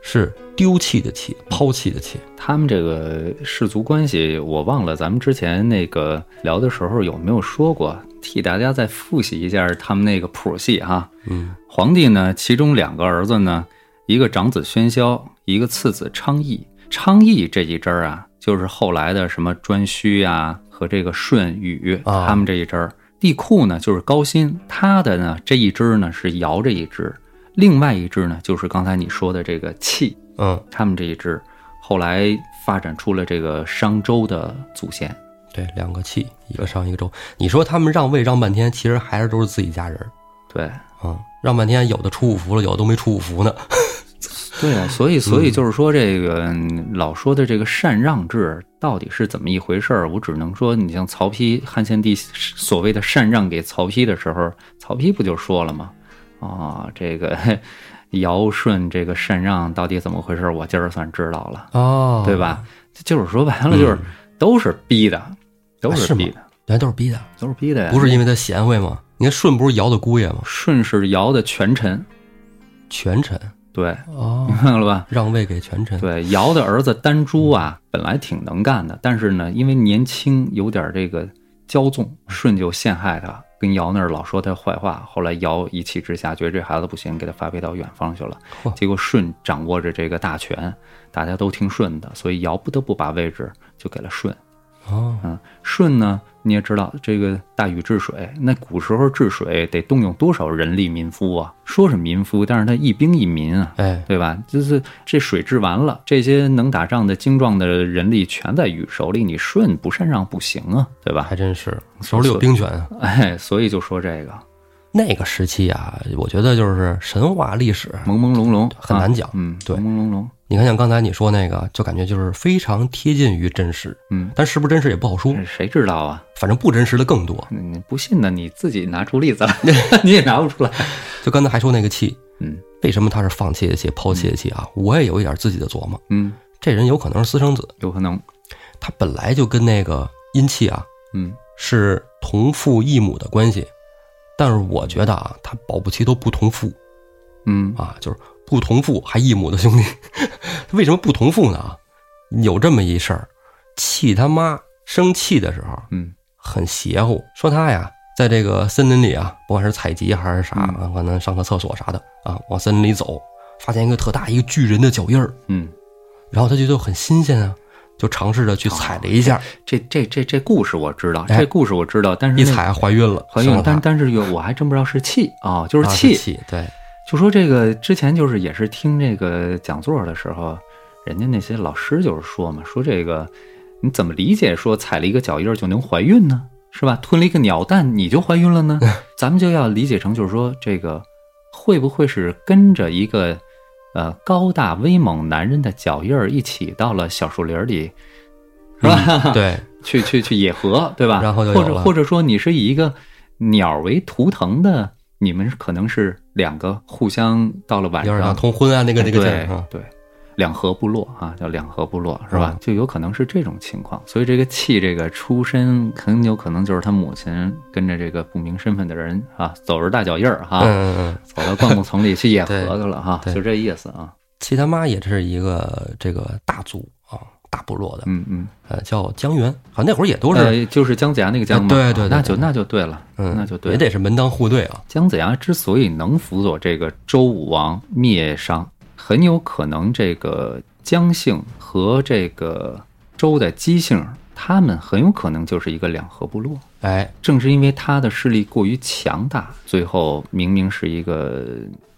是丢弃的弃，抛弃的弃。他们这个氏族关系，我忘了咱们之前那个聊的时候有没有说过，替大家再复习一下他们那个谱系哈。嗯，皇帝呢，其中两个儿子呢，一个长子宣萧，一个次子昌邑。昌邑这一支儿啊，就是后来的什么颛顼啊和这个舜禹啊他们这一支儿。帝喾呢就是高辛，他的呢这一支呢是尧这一支，另外一支呢就是刚才你说的这个契。嗯，他们这一支，后来发展出了这个商周的祖先。对，两个气，一个商一个周。你说他们让位让半天，其实还是都是自己家人对，啊、嗯让半天有的出五福了，有的都没出五福呢。对啊， 所以所以就是说，这个嗯老说的这个禅让制到底是怎么一回事儿？我只能说，你像曹丕汉献帝所谓的禅让给曹丕的时候，曹丕不就说了吗？啊、这个 尧舜这个禅让到底怎么回事儿？我今儿算知道了，哦，对？吧？就是说白了，就是嗯都是逼的，都是吗逼的，人家都是逼的，啊都是逼的呀。不是因为他贤惠吗？你看舜不是尧的姑爷吗？舜是尧的权臣，权臣对， 哦你，看了吧？让位给权臣。对，尧的儿子丹朱啊，本来挺能干的，但是呢，因为年轻有点这个骄纵，舜就陷害他，跟尧那儿老说他坏话。后来尧一气之下，觉得这孩子不行，给他发配到远方去了嚯。结果舜掌握着这个大权，大家都听舜的，所以尧不得不把位置就给了舜。哦，嗯，舜呢，你也知道这个大禹治水，那古时候治水得动用多少人力民夫啊？说是民夫，但是他一兵一民啊，哎，对吧？就是这水治完了，这些能打仗的精壮的人力全在禹手里，你舜不禅让不行啊，对吧？还真是手里有兵权啊。哎，所以就说这个那个时期啊，我觉得就是神话历史。朦朦胧胧很难讲啊嗯，对朦朦胧胧，你看，像刚才你说那个，就感觉就是非常贴近于真实，嗯，但是不是真实也不好说，谁知道啊？反正不真实的更多。你你不信呢，你自己拿出例子来， 你也拿不出来。就刚才还说那个气，嗯为什么他是放弃的气、抛弃的气啊？我也有一点自己的琢磨，嗯，这人有可能是私生子，有可能，他本来就跟那个阴气啊嗯，是同父异母的关系，但是我觉得啊，他保不齐都不同父，嗯，啊，就是不同父还异母的兄弟。 为什么不同父呢？啊，有这么一事儿，气他妈生气的时候嗯，很邪乎，说他呀，在这个森林里啊，不管是采集还是啥，嗯可能上个厕所啥的啊，往森林里走，发现一个特大一个巨人的脚印儿，嗯，然后他觉得很新鲜啊，就尝试着去踩了一下，这这这这故事我知道，哎这故事我知道，但是一那踩怀孕了，怀生孕了，但他但是有我还真不知道是气啊，就是啊气是，气， 对，就说这个之前就是也是听这个讲座的时候，人家那些老师就是说嘛，说这个你怎么理解说踩了一个脚印儿就能怀孕呢？是吧？吞了一个鸟蛋你就怀 孕了呢？咱们就要理解成就是说这个会不会是跟着一个呃高大威猛男人的脚印儿一起到了小树林儿里，是吧？嗯对，去 去去野河，对吧？然后就有或者了或者说你是以一个鸟为图腾的，你们可能是两个互相到了晚有点像上，通婚啊那个那个劲对儿啊，对，两河部落啊，叫两河部落是吧嗯？就有可能是这种情况，所以这个气这个出身很有可能就是他母亲跟着这个不明身份的人啊，走着大脚印儿哈、嗯嗯嗯。 走到灌木丛里去野对河去了哈、对就这意思啊，其他妈也是一个这个大族啊，大部落的，嗯嗯，呃，叫江源，好像那会儿也都不是，就是姜子牙那个姜嘛，哎对对对那就那就对了，嗯，哎那就对也了。得是门当户对啊，姜子牙之所以能辅佐这个周武王灭商，很有可能这个姜姓和这个周的姬姓，他们很有可能就是一个两河部落。哎，正是因为他的势力过于强大，最后明明是一个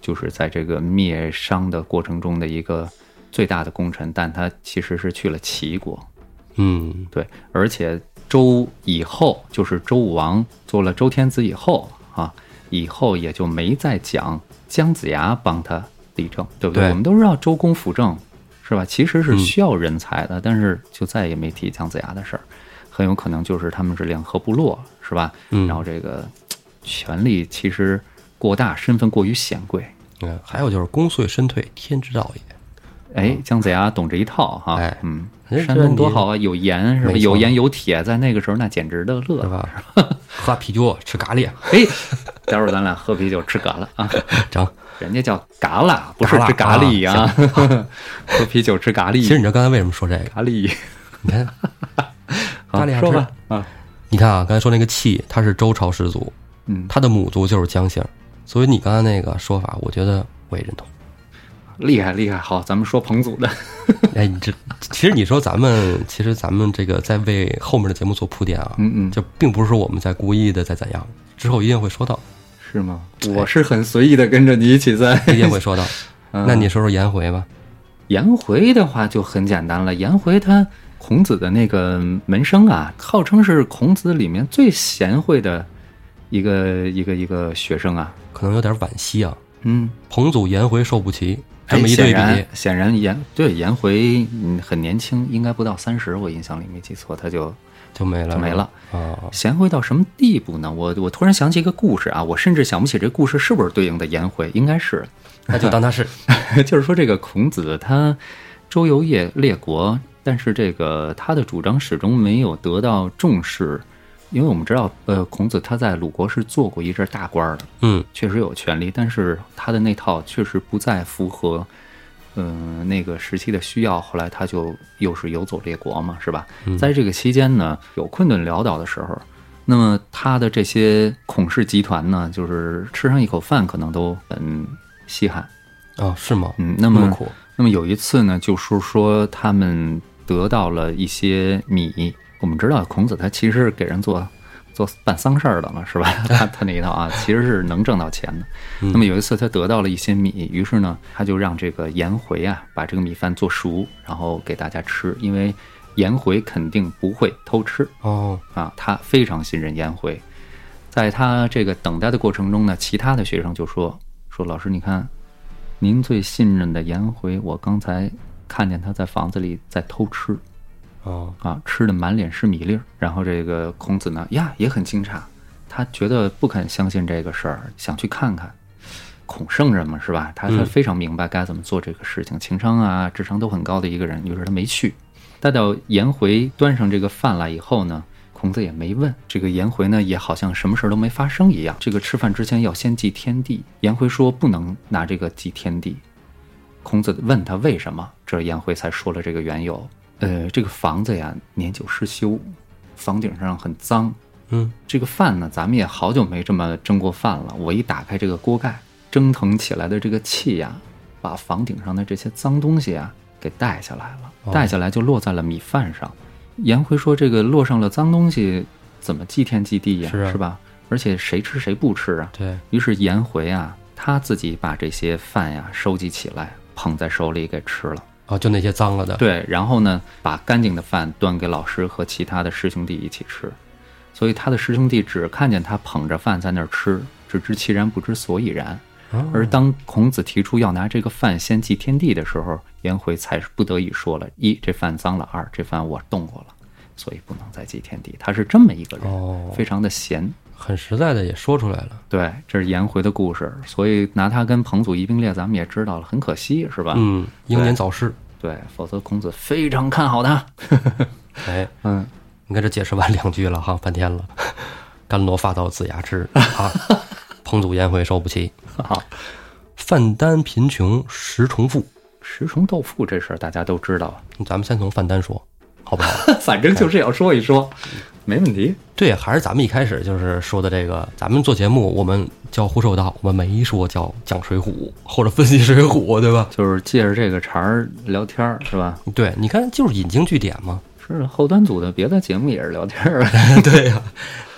就是在这个灭商的过程中的一个最大的功臣，但他其实是去了齐国。嗯，对，而且周以后就是周武王做了周天子以后啊，以后也就没再讲姜子牙帮他理政，对不对？对嗯我们都知道周公辅政，是吧？其实是需要人才的，但是就再也没提姜子牙的事儿，很有可能就是他们是两河部落，是吧？嗯然后这个权力其实过大，身份过于显贵。嗯，还有就是功遂身退，天之道也。哎，姜子牙懂这一套哈，嗯哎嗯，人家山知道东多你好啊，有盐是吧？没错有盐有铁，在那个时候那简直的乐对吧？ 喝啤酒，吃咖喱，哎，待会儿咱俩喝啤酒吃嘎啦啊，整。人家叫嘎啦，不是嘎啦吃咖喱啊， 喝啤酒吃咖其实喱，你知道刚才为什么说 这个？咖喱，你看，好咖喱好说吃吧啊，你看啊，刚才说那个气，它是周朝氏族，嗯，它的母族就是姜姓儿，所以你刚才那个说法，我觉得我也认同。厉害厉害，好，咱们说彭祖 的，哎，你这其实你说咱们，其实咱们这个在为后面的节目做铺垫啊，嗯嗯，就并不是说我们在故意的在怎样，之后一定会说到，是吗？我是很随意的跟着你一起在，一定会说到。嗯那你说说颜回吧， 颜回的话就很简单了，颜回他孔子的那个门生啊，号称是孔子里面最贤惠的一个一个一个学生啊。可能有点惋惜啊。嗯，彭祖颜回受不齐，这么哎一显对然比，显然颜对颜回嗯很年轻，应该不到三十，我印象里没记错，他就就没了，就没了。啊。贤惠到什么地步呢？我我突然想起一个故事啊，我甚至想不起这故事是不是对应的颜回，应该是。 那就当他是就是说，这个孔子他周游列列国，但是这个他的主张始终没有得到重视，因为我们知道，呃，孔子他在鲁国是做过一阵儿大官儿的，嗯确实有权利，但是他的那套确实不再符合，嗯、那个时期的需要。后来他就又是游走列国嘛，是吧？在这个期间呢，有困顿潦倒的时候，那么他的这些孔氏集团呢，就是吃上一口饭可能都很稀罕。啊，是吗？嗯，那那么么苦，那么有一次呢，就是说他们得到了一些米。我们知道孔子他其实是给人做做办丧事儿的了，是吧？他他那一套啊，其实是能挣到钱的。那么有一次他得到了一些米，于是呢，他就让这个颜回啊把这个米饭做熟，然后给大家吃，因为颜回肯定不会偷吃。哦，啊，他非常信任颜回。在他这个等待的过程中呢，其他的学生就说：“说老师，你看，您最信任的颜回，我刚才看见他在房子里在偷吃哦，啊，吃的满脸是米粒儿。”然后这个孔子呢，呀也很惊诧，他觉得不肯相信这个事儿，想去看看。孔圣人嘛，是吧？他他非常明白该怎么做这个事情，情商啊、智商都很高的一个人，于是他没去。待到颜回端上这个饭来以后呢，孔子也没问。这个颜回呢，也好像什么事儿都没发生一样。这个吃饭之前要先祭天地，颜回说不能拿这个祭天地。孔子问他为什么，这颜回才说了这个缘由。呃，这个房子呀年久失修，房顶上很脏。嗯，这个饭呢，咱们也好久没这么蒸过饭了。我一打开这个锅盖，蒸腾起来的这个气呀，把房顶上的这些脏东西啊给带下来哦了，带下来就落在了米饭上。颜回说：“这个落上了脏东西，怎么祭天祭地呀？是啊吧？而且谁吃谁不吃啊？对，于是颜回啊，他自己把这些饭呀收集起来，捧在手里给吃了。哦，就那些脏了的，对，然后呢，把干净的饭端给老师和其他的师兄弟一起吃。所以他的师兄弟只看见他捧着饭在那儿吃，只知其然不知所以然。哦而当孔子提出要拿这个饭先祭天地的时候，颜回才是不得已说了：一，这饭脏了；二，这饭我动过了，所以不能再祭天地。他是这么一个人，哦非常的闲。很实在的也说出来了。对，这是颜回的故事，所以拿他跟彭祖一并列，咱们也知道了，很可惜，是吧？，嗯，英年早逝。对，否则孔子非常看好他。 哎，嗯，你看这解释完两句了哈，半天了。 甘罗发到子牙 之啊，彭祖颜回受不起。好，范丹贫穷十重富，食虫豆腐这事儿大家都知道，咱们先从范丹说，好不好？ 反正就是要说一说， 没问题。对，还是咱们一开始就是说的这个，咱们做节目我们叫胡说道，我们没说叫讲水浒或者分析水浒，对吧？就是借着这个茬儿聊天儿，是吧？对，你看就是引经据典嘛。是后端组的别的节目也是聊天儿。 对呀、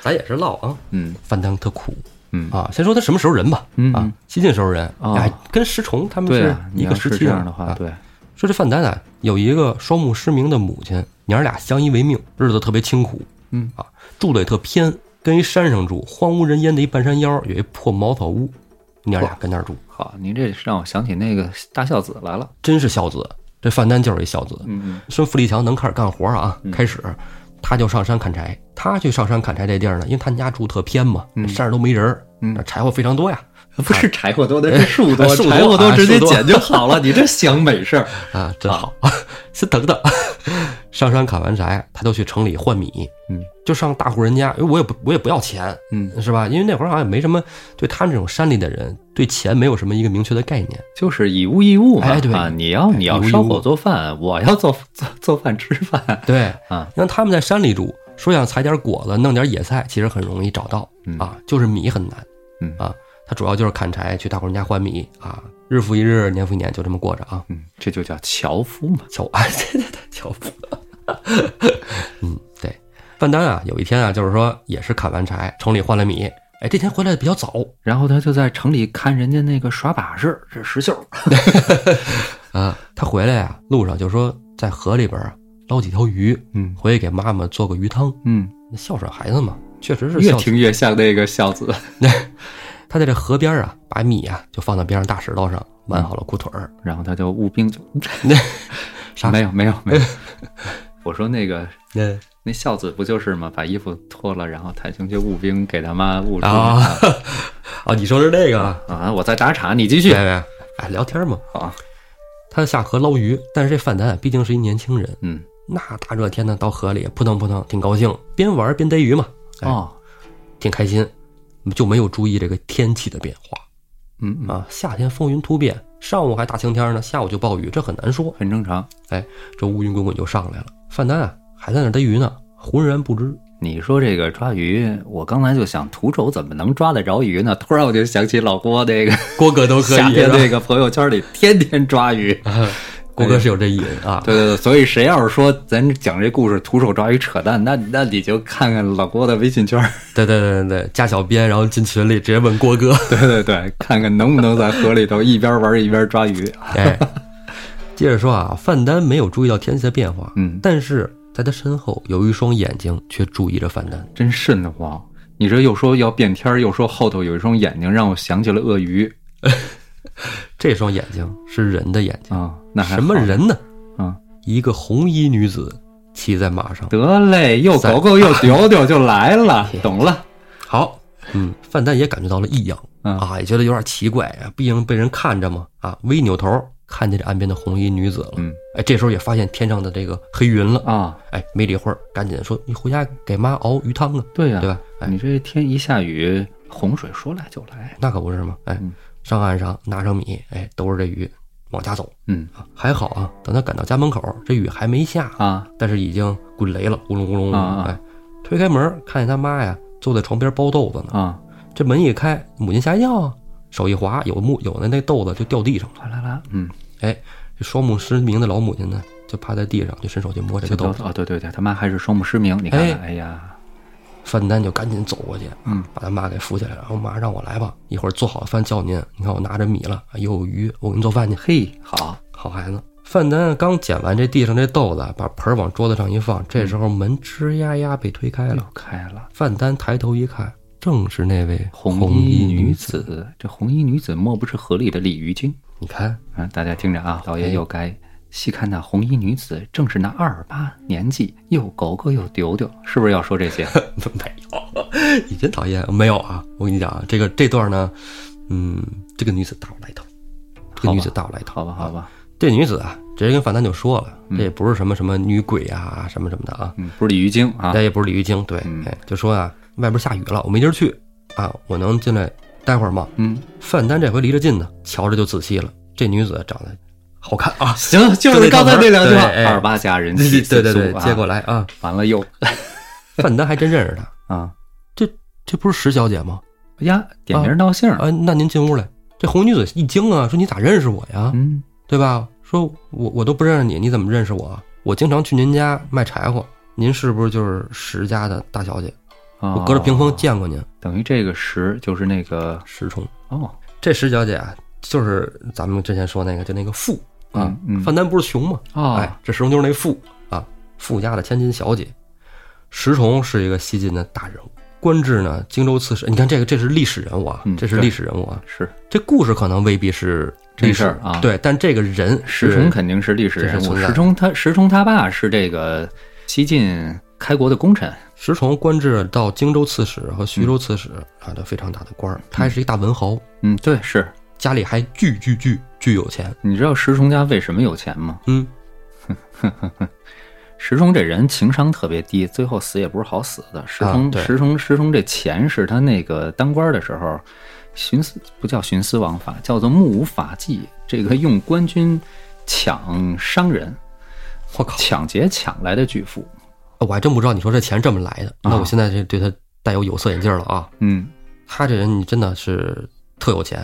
咱也是唠啊。 嗯范丹特苦嗯，啊，先说他什么时候人吧，嗯啊嗯，西晋时候人，哦哎，跟石崇他们对是啊，你一要个时是期这样的啊话，对，说这范丹啊，有一个双目失明的母亲，娘儿俩相依为命，日子特别清苦。嗯啊，住的也特偏，跟一山上住，荒无人烟的一半山腰，有一破茅草屋，娘儿俩跟那儿住，好，您这是让我想起那个大孝子来了。真是孝子。这范丹就是一孝子。嗯孙富力强能开始干活啊，嗯开始他就上山砍柴。他去上山砍柴这地儿呢，因为他们家住特偏嘛，嗯山上都没人儿，嗯那柴火非常多呀。嗯，不是柴火多，那是 树多，树多柴火多啊直接树多捡就好了。你这想美事儿，啊，真好， 先等等。上山砍完柴，他就去城里换米，嗯，就上大户人家，因为我也不我也不要钱，嗯，是吧？因为那会儿好像也没什么对他们这种山里的人对钱没有什么一个明确的概念，就是以物易物嘛。哎对啊，你要你以要物易烧物火做饭，我要做做做饭吃饭。对啊，让他们在山里住，说想采点果子，弄点野菜，其实很容易找到嗯啊，就是米很难，嗯啊，他主要就是砍柴去大户人家换米啊，日复一日，年复一年，就这么过着啊。嗯，这就叫樵夫嘛。乔 啊，对对对，乔布。 嗯，对，范丹啊，有一天啊，就是说也是砍完柴，城里换了米，哎，这天回来的比较早然后他就在城里看人家那个耍把式，这石秀儿，啊。他回来啊，路上就说在河里边啊捞几条鱼，嗯回去给妈妈做个鱼汤。嗯，那孝顺孩子嘛，确实是越孝顺。听越像那个 孝子。他在这河边啊，把米啊就放到边上大石头上，挽好了裤腿儿。然后他就务 兵就，啥没有没有 没有。我说那个嗯那孝子不就是吗？把衣服脱了，然后太平去务兵，给他妈务出 啊 啊啊，你说是这个啊？啊！我在打岔，你继续对对，哎，聊天嘛。好啊。他下河捞鱼，但是这范丹啊毕竟是一年轻人，嗯那大热天呢，到河里扑腾扑腾，挺高兴，边玩边逮鱼嘛，哎哦挺开心，就没有注意这个天气的变化嗯嗯，啊。夏天风云突变，上午还大晴天呢，下午就暴雨，这很难说。很正常。哎，这乌云滚滚就上来了，范丹啊还在那儿逮鱼呢，浑然不知。你说这个抓鱼，我刚才就想土肘怎么能抓得着鱼呢？ 突然我就想起老郭那个郭哥都 夏天那个朋友圈里天天抓鱼。郭哥是有这瘾啊。对对对，所以谁要是说咱讲这故事徒手抓鱼扯淡，那那你就看看老郭的微信圈儿， 对对对对对，加小编，然后进群里直接问郭哥。对对对，看看能不能在河里头一边玩一边抓鱼。哎，接着说啊，范丹没有注意到天气的变化，嗯，但是在他身后有一双眼睛却注意着范丹。真瘆得慌。你这又说要变天儿，又说后头有一双眼睛，让我想起了鳄鱼这双眼睛是人的眼睛，啊、那还好什么人呢？啊？一个红衣女子骑在马上。得嘞，又狗狗啊又丢丢就来了，懂了。好，嗯，范丹也感觉到了异样嗯啊，也觉得有点奇怪啊，毕竟被人看着嘛啊，微扭头看见这岸边的红衣女子了。嗯哎，这时候也发现天上的这个黑云了。啊，哎，没理会儿，赶紧说：“你回家给妈熬鱼汤啊，对呀、对吧？”哎，你这天一下雨，洪水说来就来。那可不是嘛！哎嗯，上岸上拿上米，哎，兜着这鱼往家走嗯啊。还好啊，等他赶到家门口，这雨还没下，啊，但是已经滚雷了，咕隆咕隆。啊啊哎，推开门看见他妈呀，坐在床边包豆子呢。啊，这门一开，母亲吓一跳啊，手一滑，有木有的那豆子就掉地上了。哗啦啦，嗯，哎，这双目失明的老母亲呢，就趴在地上，就伸手去摸这就个都豆啊子。、对对对，他妈还是双目失明。你看看，哎哎呀，范丹就赶紧走过去，嗯，把他妈给扶起来，然后妈让我来吧，一会儿做好了饭叫您。你看我拿着米了，又有鱼，我给你做饭去。嘿，好，好孩子，范丹刚捡完这地上这豆子，把盆儿往桌子上一放，这时候门吱呀呀被推开又了。开了。范丹抬头一看，正是那位红衣衣女女。子，这红衣女子莫不是河里的鲤鱼精？你看， 啊，大家听着啊，老爷又该细看那红衣女子，正是那二八年纪，又狗狗又丢丢，是不是要说这 些？没有，你真讨厌。没有啊，我跟你讲啊，这个这段呢，嗯，这个女子大有来头，这个女子大有来头。好吧，好吧，这女子啊，直接跟范丹就说了，这也不是什么什么女鬼啊，什么什么的啊，嗯，不是鲤鱼精啊那，也不是鲤鱼精，对，嗯哎，就说啊，外边下雨了，我没地儿去啊，我能进来待会儿吗？嗯，范丹这回离着近呢，瞧着就仔细了。这女子长得好看啊，行，就就那是刚才头儿那两句话，对哎二八佳人对气对对对，四接素过啊，来啊。完了 又范丹还真认识她，啊这不是石小姐吗？呀，点名道姓儿，啊，那您进屋来。这红衣女子一惊啊，说你咋认识我呀？嗯，对吧？说我我都不认识你，你怎么认识我啊？我经常去您家卖柴火，您是不是就是石家的大小姐？我我隔着屏风，见过您，等于这个十就是那个石冲。哦，这石小姐啊，就是咱们之前说那个，就那个富啊嗯，嗯范丹不是熊吗？哦哎，，这石崇就是那富啊，富家的千金小姐。石崇是一个西晋的大人物，官至呢荆州刺史。你看这个，这是历史人物啊，嗯这是对历史人物啊。是这故事可能未必是真历事史儿啊对，但这个人石崇是肯定是历史这是人物，存在石崇他石崇他爸是这个西晋开国的功臣，石崇官至到荆州刺史和徐州刺史啊，这非常大的官儿。他还是一大文豪，嗯，对，是家里还巨巨巨巨有钱。你知道石崇家为什么有钱吗？嗯，石崇这人情商特别低，最后死也不是好死的。石崇、啊对石崇石崇这钱是他那个当官的时候，徇私不叫徇私枉法，叫做目无法纪。这个用官军抢商人、我靠，抢劫抢来的巨富。我还真不知道你说这钱这么来的。那啊我现在这对他带有有色眼镜了啊。嗯，他这人你真的是特有钱。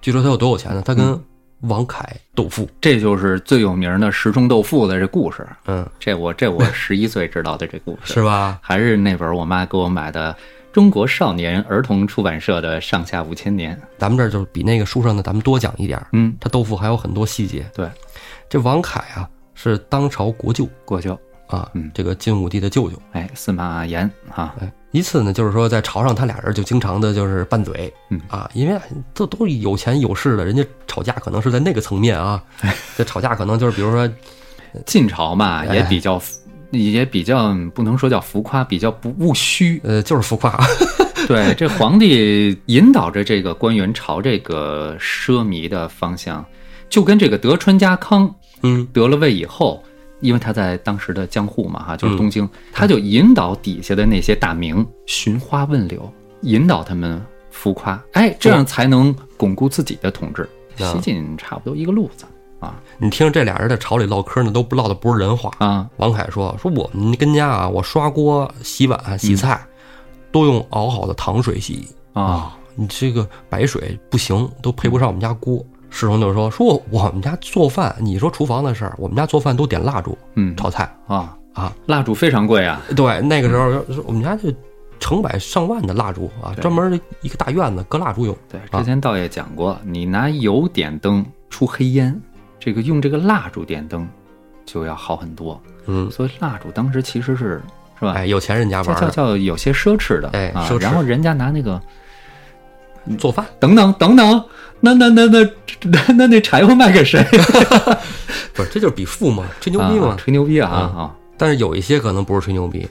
据说他有多有钱呢？他嗯跟王凯斗富。这就是最有名的石崇斗富的这故事。嗯，这我 这我十一岁知道的这故事，是吧？还是那本我妈给我买的中国少年儿童出版社的《上下五千年》。咱们这儿就比那个书上的咱们多讲一点儿。嗯，他豆腐还有很多细节。对，这王凯啊是当朝国舅过旧，啊，嗯这个晋武帝的舅舅。哎，司马炎哈，哎，一次呢，就是说在朝上，他俩人就经常的就是拌嘴，嗯啊，因为这都是有钱有势的，人家吵架可能是在那个层面啊，哎这吵架可能就是比如说晋朝嘛哎。也比较。也比较不能说叫浮夸，比较不务虚 呃，就是浮夸，对，这皇帝引导着这个官员朝这个奢靡的方向，就跟这个德川家康嗯，得了位以后，因为他在当时的江户嘛，哈，就是嗯东京，他就引导底下的那些大名寻花问柳，引导他们浮夸，哎，这样才能巩固自己的统治。啊西晋差不多一个路子啊你听这俩人在朝里唠嗑呢，都不唠的不是人话。啊，王凯说说我们跟家啊，我刷锅、洗碗、嗯洗菜，都用熬好的糖水洗啊，你这个白水不行，都配不上我们家锅。石头就说说我们家做饭，你说厨房的事儿，我们家做饭都点蜡烛嗯炒菜。啊啊，蜡烛非常贵啊，对，那个时候我们家就成百上万的蜡烛啊，对专门一个大院子搁蜡烛用。对，啊之前道爷讲过，你拿油点灯出黑烟，这个用这个蜡烛点灯就要好很多。嗯，所以蜡烛当时其实是是吧？哎，有钱人家叫玩叫的叫有些奢侈的，哎啊奢侈然后人家拿那个做 饭，等等等等，那那那那那那那柴火卖 给谁？不是这就是比富嘛，吹牛逼啊嘛。吹牛逼啊啊啊！但是有一些可能不是吹牛逼。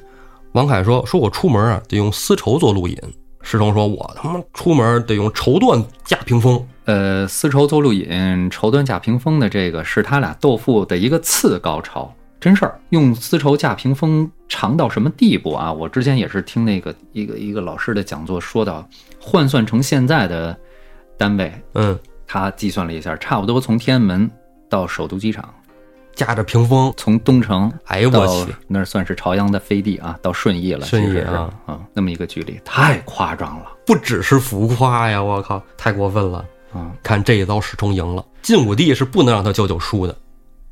王凯说：“说我出门啊，得用丝绸做路引。”石崇说：“我他妈出门得用绸缎架屏风。呃，丝绸做路引，绸缎架屏风的这个是他俩斗富的一个次高潮，真事儿。用丝绸架屏风长到什么地步啊？我之前也是听那个一个一个老师的讲座说到，换算成现在的单位，”嗯，他计算了一下，差不多从天安门到首都机场，架着屏风。从东城哎呦我到去！那儿算是朝阳的飞地啊，到顺义了，顺义其实是啊嗯，那么一个距离，太夸张了不只是浮夸呀，我靠，太过分了！啊！看这一招石崇赢了，晋武帝是不能让他舅舅输的，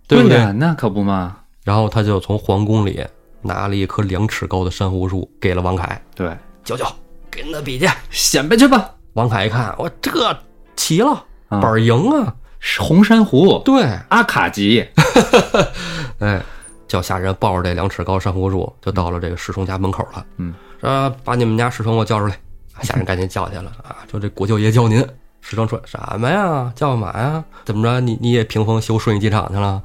对对不对？呀，那可不嘛，然后他就从皇宫里拿了一棵两尺高的珊瑚树给了王凯，对，舅舅跟他比去。显摆去吧，王凯一看，我这齐了，啊板儿赢啊！红珊瑚，对，阿 卡吉，哎，叫下人抱着这两尺高珊瑚树就到了这个石崇家门口了。嗯，说把你们家石崇给我叫出来， 啊下人赶紧叫去了啊，说这国舅爷叫您。石崇说什么呀？叫干嘛呀？怎么着？你你也屏风修顺义机场去了？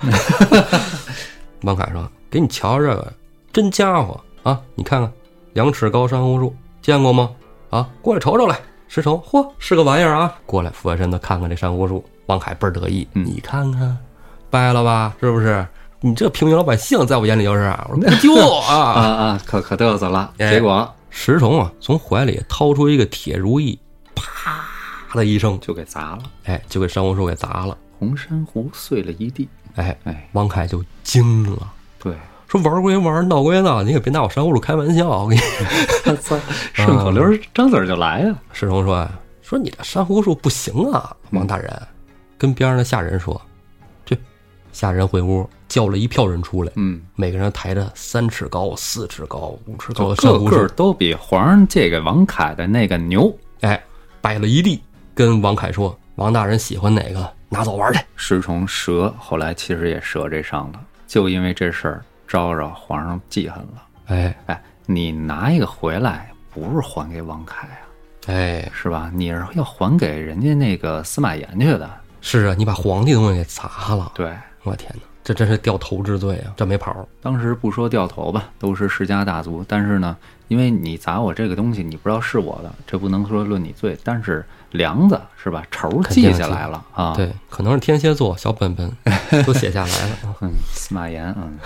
王凯说：“给你瞧这个，真家伙啊！你看看，两尺高珊瑚树，见过吗？啊，过来瞅瞅来。”石崇，嚯，是个玩意儿啊！过来俯下身子看看这珊瑚树。王凯倍儿得意，嗯你看看，掰了吧？是不是？你这平民老百姓，在我眼里就是啊，我说不丢 啊啊。啊，可可嘚瑟了。哎结果石崇啊，从怀里掏出一个铁如意，啪的一声，就给砸了，哎，就给珊瑚树给砸了。红珊瑚碎了一地。哎，哎，王凯就惊了， 对，说玩归玩，闹归闹，你可别拿我珊瑚树开玩笑。我跟你顺口溜嗯儿张嘴儿就来呀。石崇说：“啊说你这珊瑚树不行啊，王大人。跟边上的下人说：“去。”下人回屋叫了一票人出来，嗯，每个人抬着三尺高、四尺高、五尺高就的珊个瑚个儿树，都比皇上借给王凯的那个牛。哎，摆了一地，跟王凯说：“王大人喜欢哪个，拿走玩去。石崇折，后来其实也折这伤了，就因为这事儿招惹皇上记恨了。”哎，哎，你拿一个回来，不是还给王凯啊，哎，是吧？你是要还给人家那个司马炎去的。是啊，你把皇帝东西给砸了，对，我天哪，这真是掉头之罪啊，这没跑儿。当时不说掉头吧，都是世家大族，但是呢，因为你砸我这个东西，你不知道是我的，这不能说论你罪，但是梁子是吧？仇肯定记是下来了啊。，对，可能是天蝎座小本 本都写下来了啊。嗯，司马炎， 嗯，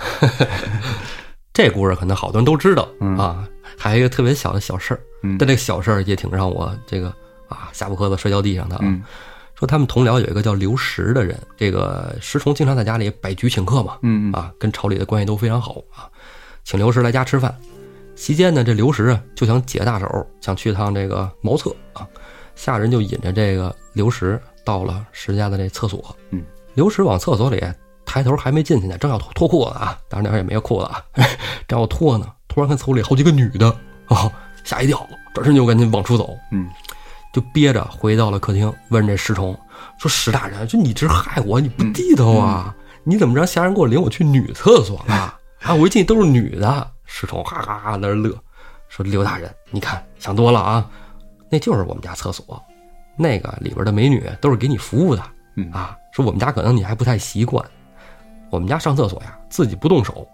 这故事可能好多人都知道啊。还有一个特别小的小事儿，嗯但这个小事儿也挺让我这个啊下巴磕子摔跤地上的啊。嗯说他们同僚有一个叫刘石的人，这个石崇经常在家里摆局请客嘛，嗯嗯啊，跟朝里的关系都非常好啊，请刘石来家吃饭。席间呢，这刘石啊就想解大手，想去趟这个茅厕啊，下人就引着这个刘石到了石家的这厕所。嗯，刘石往厕所里抬头还没进去呢，正要脱脱裤子啊，当然那会儿也没有裤子啊， 正要脱呢，突然看厕所里好几个女的啊，吓一跳，转身就赶紧往出走。嗯，就憋着回到了客厅，问这石崇说：“石大人，就你这害我，你不地道啊！你怎么让下人给我领我去女厕所了？啊，我一进去都是女的。”石崇哈哈哈在那乐，说：“刘大人，你看想多了啊，那就是我们家厕所，那个里边的美女都是给你服务的嗯啊。说我们家可能你还不太习惯，我们家上厕所呀，自己不动手，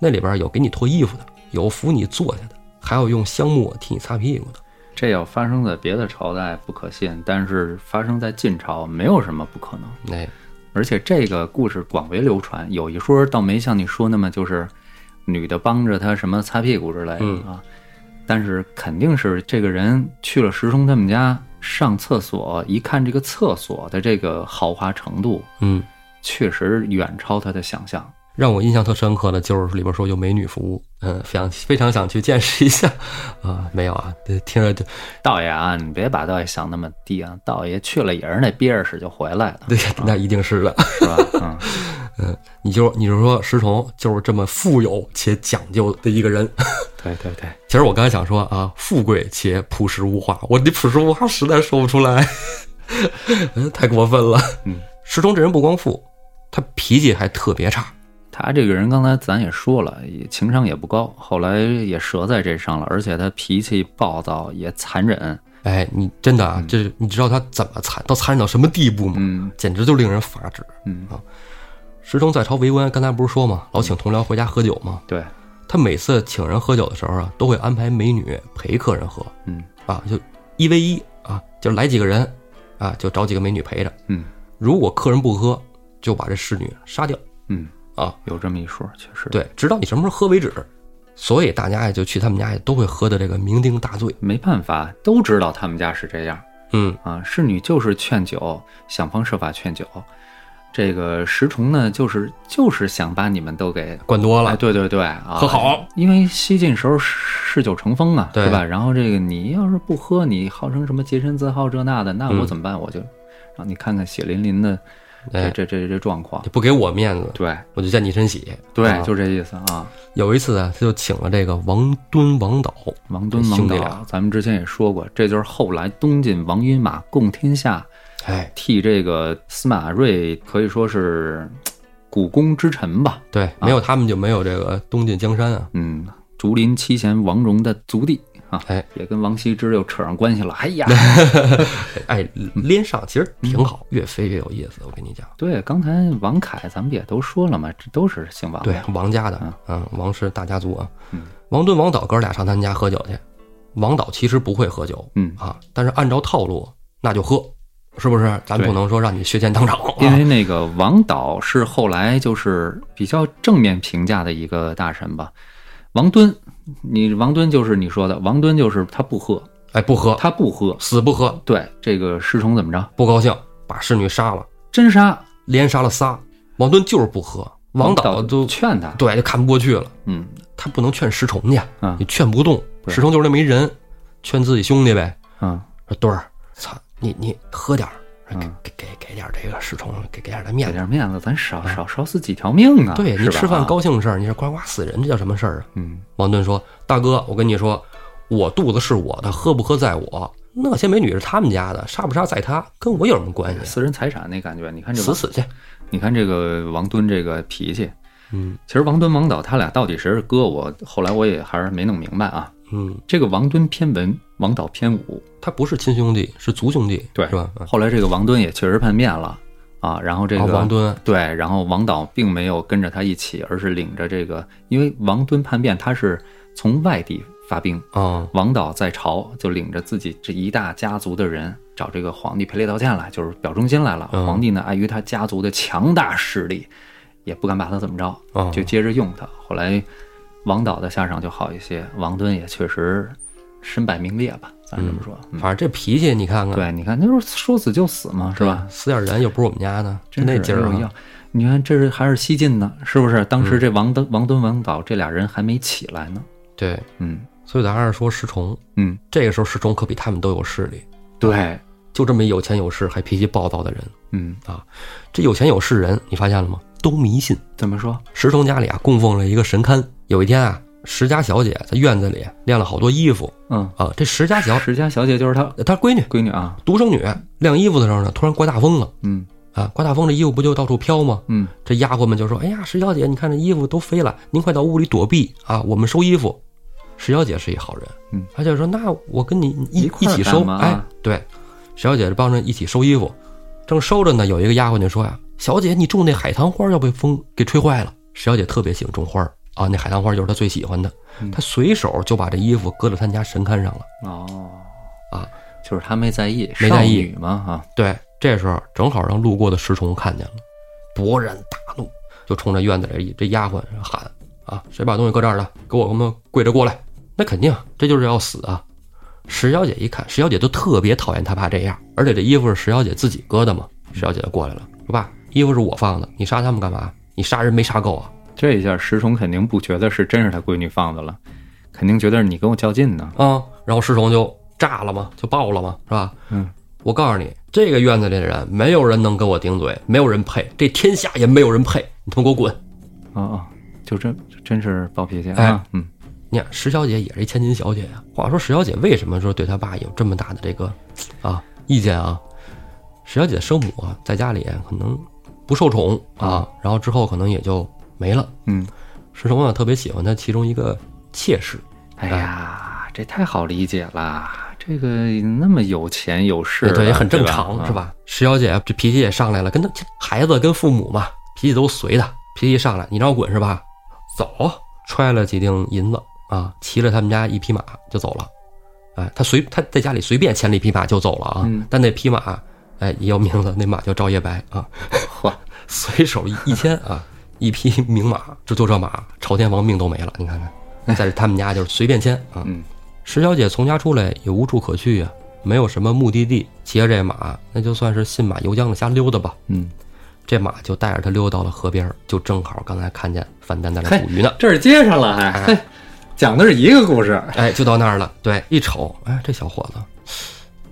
那里边有给你脱衣服的，有扶你坐下的，还有用香木替你擦屁股的。”这要发生在别的朝代不可信，但是发生在晋朝没有什么不可能。哎，而且这个故事广为流传，有一说倒没像你说那么就是女的帮着他什么擦屁股之类的啊，但是肯定是这个人去了石冲他们家上厕所，一看这个厕所的这个豪华程度，嗯。确实远超他的想象。让我印象特深刻的就是里边说有美女服务，嗯，想非常想去见识一下，啊，没有啊，这听着就道爷啊，你别把道爷想那么低啊，道爷去了也是那憋着屎就回来了，对，那一定是的。 是吧？嗯，你就你就说石崇就是这么富有且讲究的一个人。 对对对，其实我刚才想说啊，富贵且朴实无华，我这朴实无华实在说不出来， 嗯太过分了。嗯，石崇这人不光富，他脾气还特别差。他这个人，刚才咱也说了，也情商也不高，后来也折在这上了，而且他脾气暴躁，也残忍。哎，你真的啊，这你知道他怎么残到残忍到什么地步吗？嗯简直就令人发指。嗯，石崇在朝为官，刚才不是说吗？老请同僚回家喝酒吗？对，啊他每次请人喝酒的时候啊，都会安排美女陪客人喝嗯啊，就一 v 一啊，就是来几个人啊，就找几个美女陪着。嗯如果客人不喝，就把这侍女杀掉嗯，啊。有这么一说，确实，对，直到你什么时候喝为止。所以大家也就去他们家也都会喝的这个酩酊大醉。没办法，都知道他们家是这样嗯，啊。侍女就是劝酒，想方设法劝酒。这个石崇呢，就是就是想把你们都给灌多哎了，对对对啊，喝好。因为西晋时候嗜酒成风啊，对是吧？然后这个你要是不喝，你号称什么洁身自好这那的，那我怎么办？我就让你看看血淋淋的哎这这这这状况你。不给我面子，对我就见你身喜。对啊，就这意思啊。有一次啊，他就请了这个王敦、王导，王敦、兄王弟啊导俩，咱们之前也说过，这就是后来东晋王允马共天下，哎，替这个司马睿可以说是嘖股肱之臣吧。对，没有他们就没有这个东晋江山啊。嗯，竹林七贤王戎的族弟啊，哎也跟王羲之又扯上关系了。哎 呀，哎，连上其实挺好，嗯啊越飞越有意思。我跟你讲，对，刚才王凯咱们也都说了嘛，这都是姓王的。对王家的啊啊，王氏大家族啊嗯，王敦、王导哥俩上他们家喝酒去。王导其实不会喝酒嗯，啊，但是按照套路那就喝，是不是？咱对不能说让你血溅当场因啊。为那个王导是后来就是比较正面评价的一个大神吧。王敦，你王敦就是你说的，王敦就是他不喝，哎，不喝，他不喝。死不喝，对，这个师崇怎么着？不高兴，把侍女杀了，真杀，连杀了仨。王敦就是不喝，王导就劝他，对就看不过去了，嗯，他不能劝石崇去，啊你劝不动，对石崇就是那么一人，劝自己兄弟呗，啊，说墩儿，操你你喝点儿，给嗯给给给点儿这个石崇，给给点儿他给面子。嗯点面子，咱少少少死几条命啊！对你是吧吃饭，高兴的事儿，你这呱呱死人，这叫什么事儿啊？嗯，王敦说：“大哥，我跟你说，我肚子是我的，喝不喝在我。那些美女是他们家的，杀不杀在他，跟我有什么关系？啊私人财产那感觉，你看这死王，死去。你看这个王敦这个脾气，嗯其实王敦王导他俩到底谁是哥，我后来我也还是没弄明白啊。嗯，这个王敦偏文，王导偏武，他不是亲兄弟，是族兄弟，对是吧？啊后来这个王敦也确实叛变了啊，然后这个、啊王敦对，然后王导并没有跟着他一起，而是领着这个，因为王敦叛变，他是从外地发兵，啊，王导在朝就领着自己这一大家族的人找这个皇帝赔礼道歉来，就是表忠心来了。嗯皇帝呢，碍于他家族的强大势力，也不敢把他怎么哦着，就接着用他。后来王导的下场就好一些，王敦也确实身败名裂吧，咱这么说。嗯反正这脾气你看看，对，你看，那时候说死就死嘛，是吧？死点人又不是我们家的，就真那是劲儿哎呦啊，嗯你看，这是还是西晋呢，是不是？当时这王敦、王敦、王导这俩人还没起来呢。对，嗯所以咱还是说石崇，嗯，这个时候石崇可比他们都有势力，对，就这么一有钱有势还脾气暴躁的人，嗯，这有钱有势人，你发现了吗？都迷信。怎么说？石崇家里啊供奉了一个神龛，有一天啊，石家小姐在院子里晾了好多衣服嗯，啊，这石家小石家小姐就是他她闺女闺女啊，独生女晾衣服的时候呢，突然刮大风了嗯啊，刮大风这衣服不就到处飘吗？嗯这丫鬟们就说：“哎呀，石小姐，你看这衣服都飞了，您快到屋里躲避啊，我们收衣服。”石小姐是一好人，嗯，她就说：“那我跟你一一块儿起干收。”嘛哎，对，石小姐就帮着一起收衣服，正收着呢，有一个丫鬟就说呀：“小姐，你种那海棠花要被风给吹坏了。”石小姐特别喜欢种花儿啊，那海棠花就是她最喜欢的，嗯她随手就把这衣服搁到她家神龛上了。哦啊，就是他没在意，没在意少女嘛啊，对，这时候正好让路过的石崇看见了，勃然大怒，就冲着院子里这丫鬟喊：“啊，谁把东西搁这儿了？给我他妈跪着过来！”那肯定，这就是要死啊！石小姐一看，石小姐就特别讨厌他爸这样，而且这衣服是石小姐自己搁的嘛。石小姐就过来了，说：“爸，衣服是我放的，你杀他们干嘛？你杀人没杀够啊？这一下石崇肯定不觉得是真是他闺女放的了，肯定觉得是你跟我较劲呢。啊、然后石崇就炸了嘛，就爆了嘛，是吧？嗯，我告诉你，这个院子里的人，没有人能跟我顶嘴，没有人配，这天下也没有人配，你他妈给我滚！啊啊，就真真是暴脾气哎啊，嗯你看石小姐也是一千金小姐呀、话说石小姐为什么说对她爸有这么大的这个啊意见啊？石小姐生母啊，在家里可能不受宠啊，然后之后可能也就没了。嗯，石崇啊特别喜欢她其中一个妾室，哎呀，这太好理解啦，这个那么有钱有势哎了，对，也很正对常吧？啊是？吧？石小姐这脾气也上来了，跟她孩子跟父母嘛，脾气都随她，脾气上来，你让我滚是吧？走，揣了几锭银子啊，骑了他们家一匹马就走了。哎，他随他在家里随便牵了一匹马就走了啊，嗯但那匹马哎也有名字，那马叫赵夜白 啊，嚯，随手一一牵啊，一匹名马，这就这马，朝天王命都没了，你看 看，在他们家就是随便牵啊。嗯，石小姐从家出来也无处可去呀、没有什么目的地，骑着这马，那就算是信马由缰的瞎溜达吧。嗯，这马就带着她溜到了河边儿，就正好刚才看见范丹在那嘿捕鱼呢。这是接上了还，嘿，讲的是一个故事，哎，就到那儿了。对，一瞅，哎，这小伙子，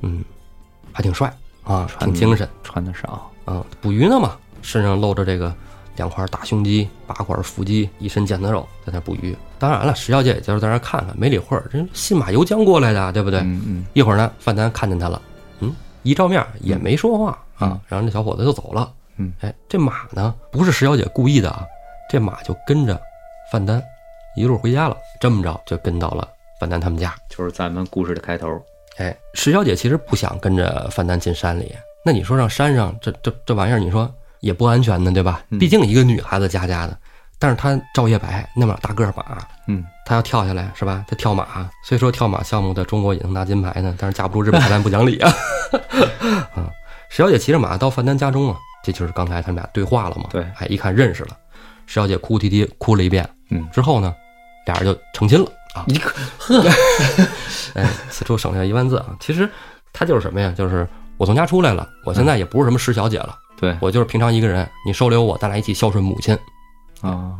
嗯，还挺帅啊，嗯挺精神穿的少，啊。捕鱼呢嘛，身上露着这个两块大胸肌、八块腹肌、一身腱子肉，在那儿捕鱼。当然了，石小姐也就是在那儿看看，没理会儿，这信马由缰过来的，啊对不对？嗯嗯一会儿呢，范丹看见他了，嗯，一照面也没说话啊嗯，然后那小伙子就走了。嗯，哎，这马呢不是石小姐故意的啊，这马就跟着范丹一路回家了。这么着就跟到了范丹他们家。就是咱们故事的开头，哎，石小姐其实不想跟着范丹进山里，那你说让山上这这这玩意儿，你说也不安全呢，对吧？嗯毕竟一个女孩子家家的，但是她赵夜白那么大个儿马，嗯，他要跳下来是吧？他跳马，虽说跳马项目在中国也能拿金牌呢，但是架不住日本裁判不讲理 啊！啊，石小姐骑着马到范丹家中啊，这就是刚才他们俩对话了嘛。对哎，一看认识了，石小姐哭啼啼哭了一遍。嗯之后呢，俩人就成亲了啊！一个 哎，此处省下一万字啊。其实他就是什么呀？就是我从家出来了，我现在也不是什么石小姐了，对我就是平常一个人。你收留我，咱俩一起孝顺母亲。啊，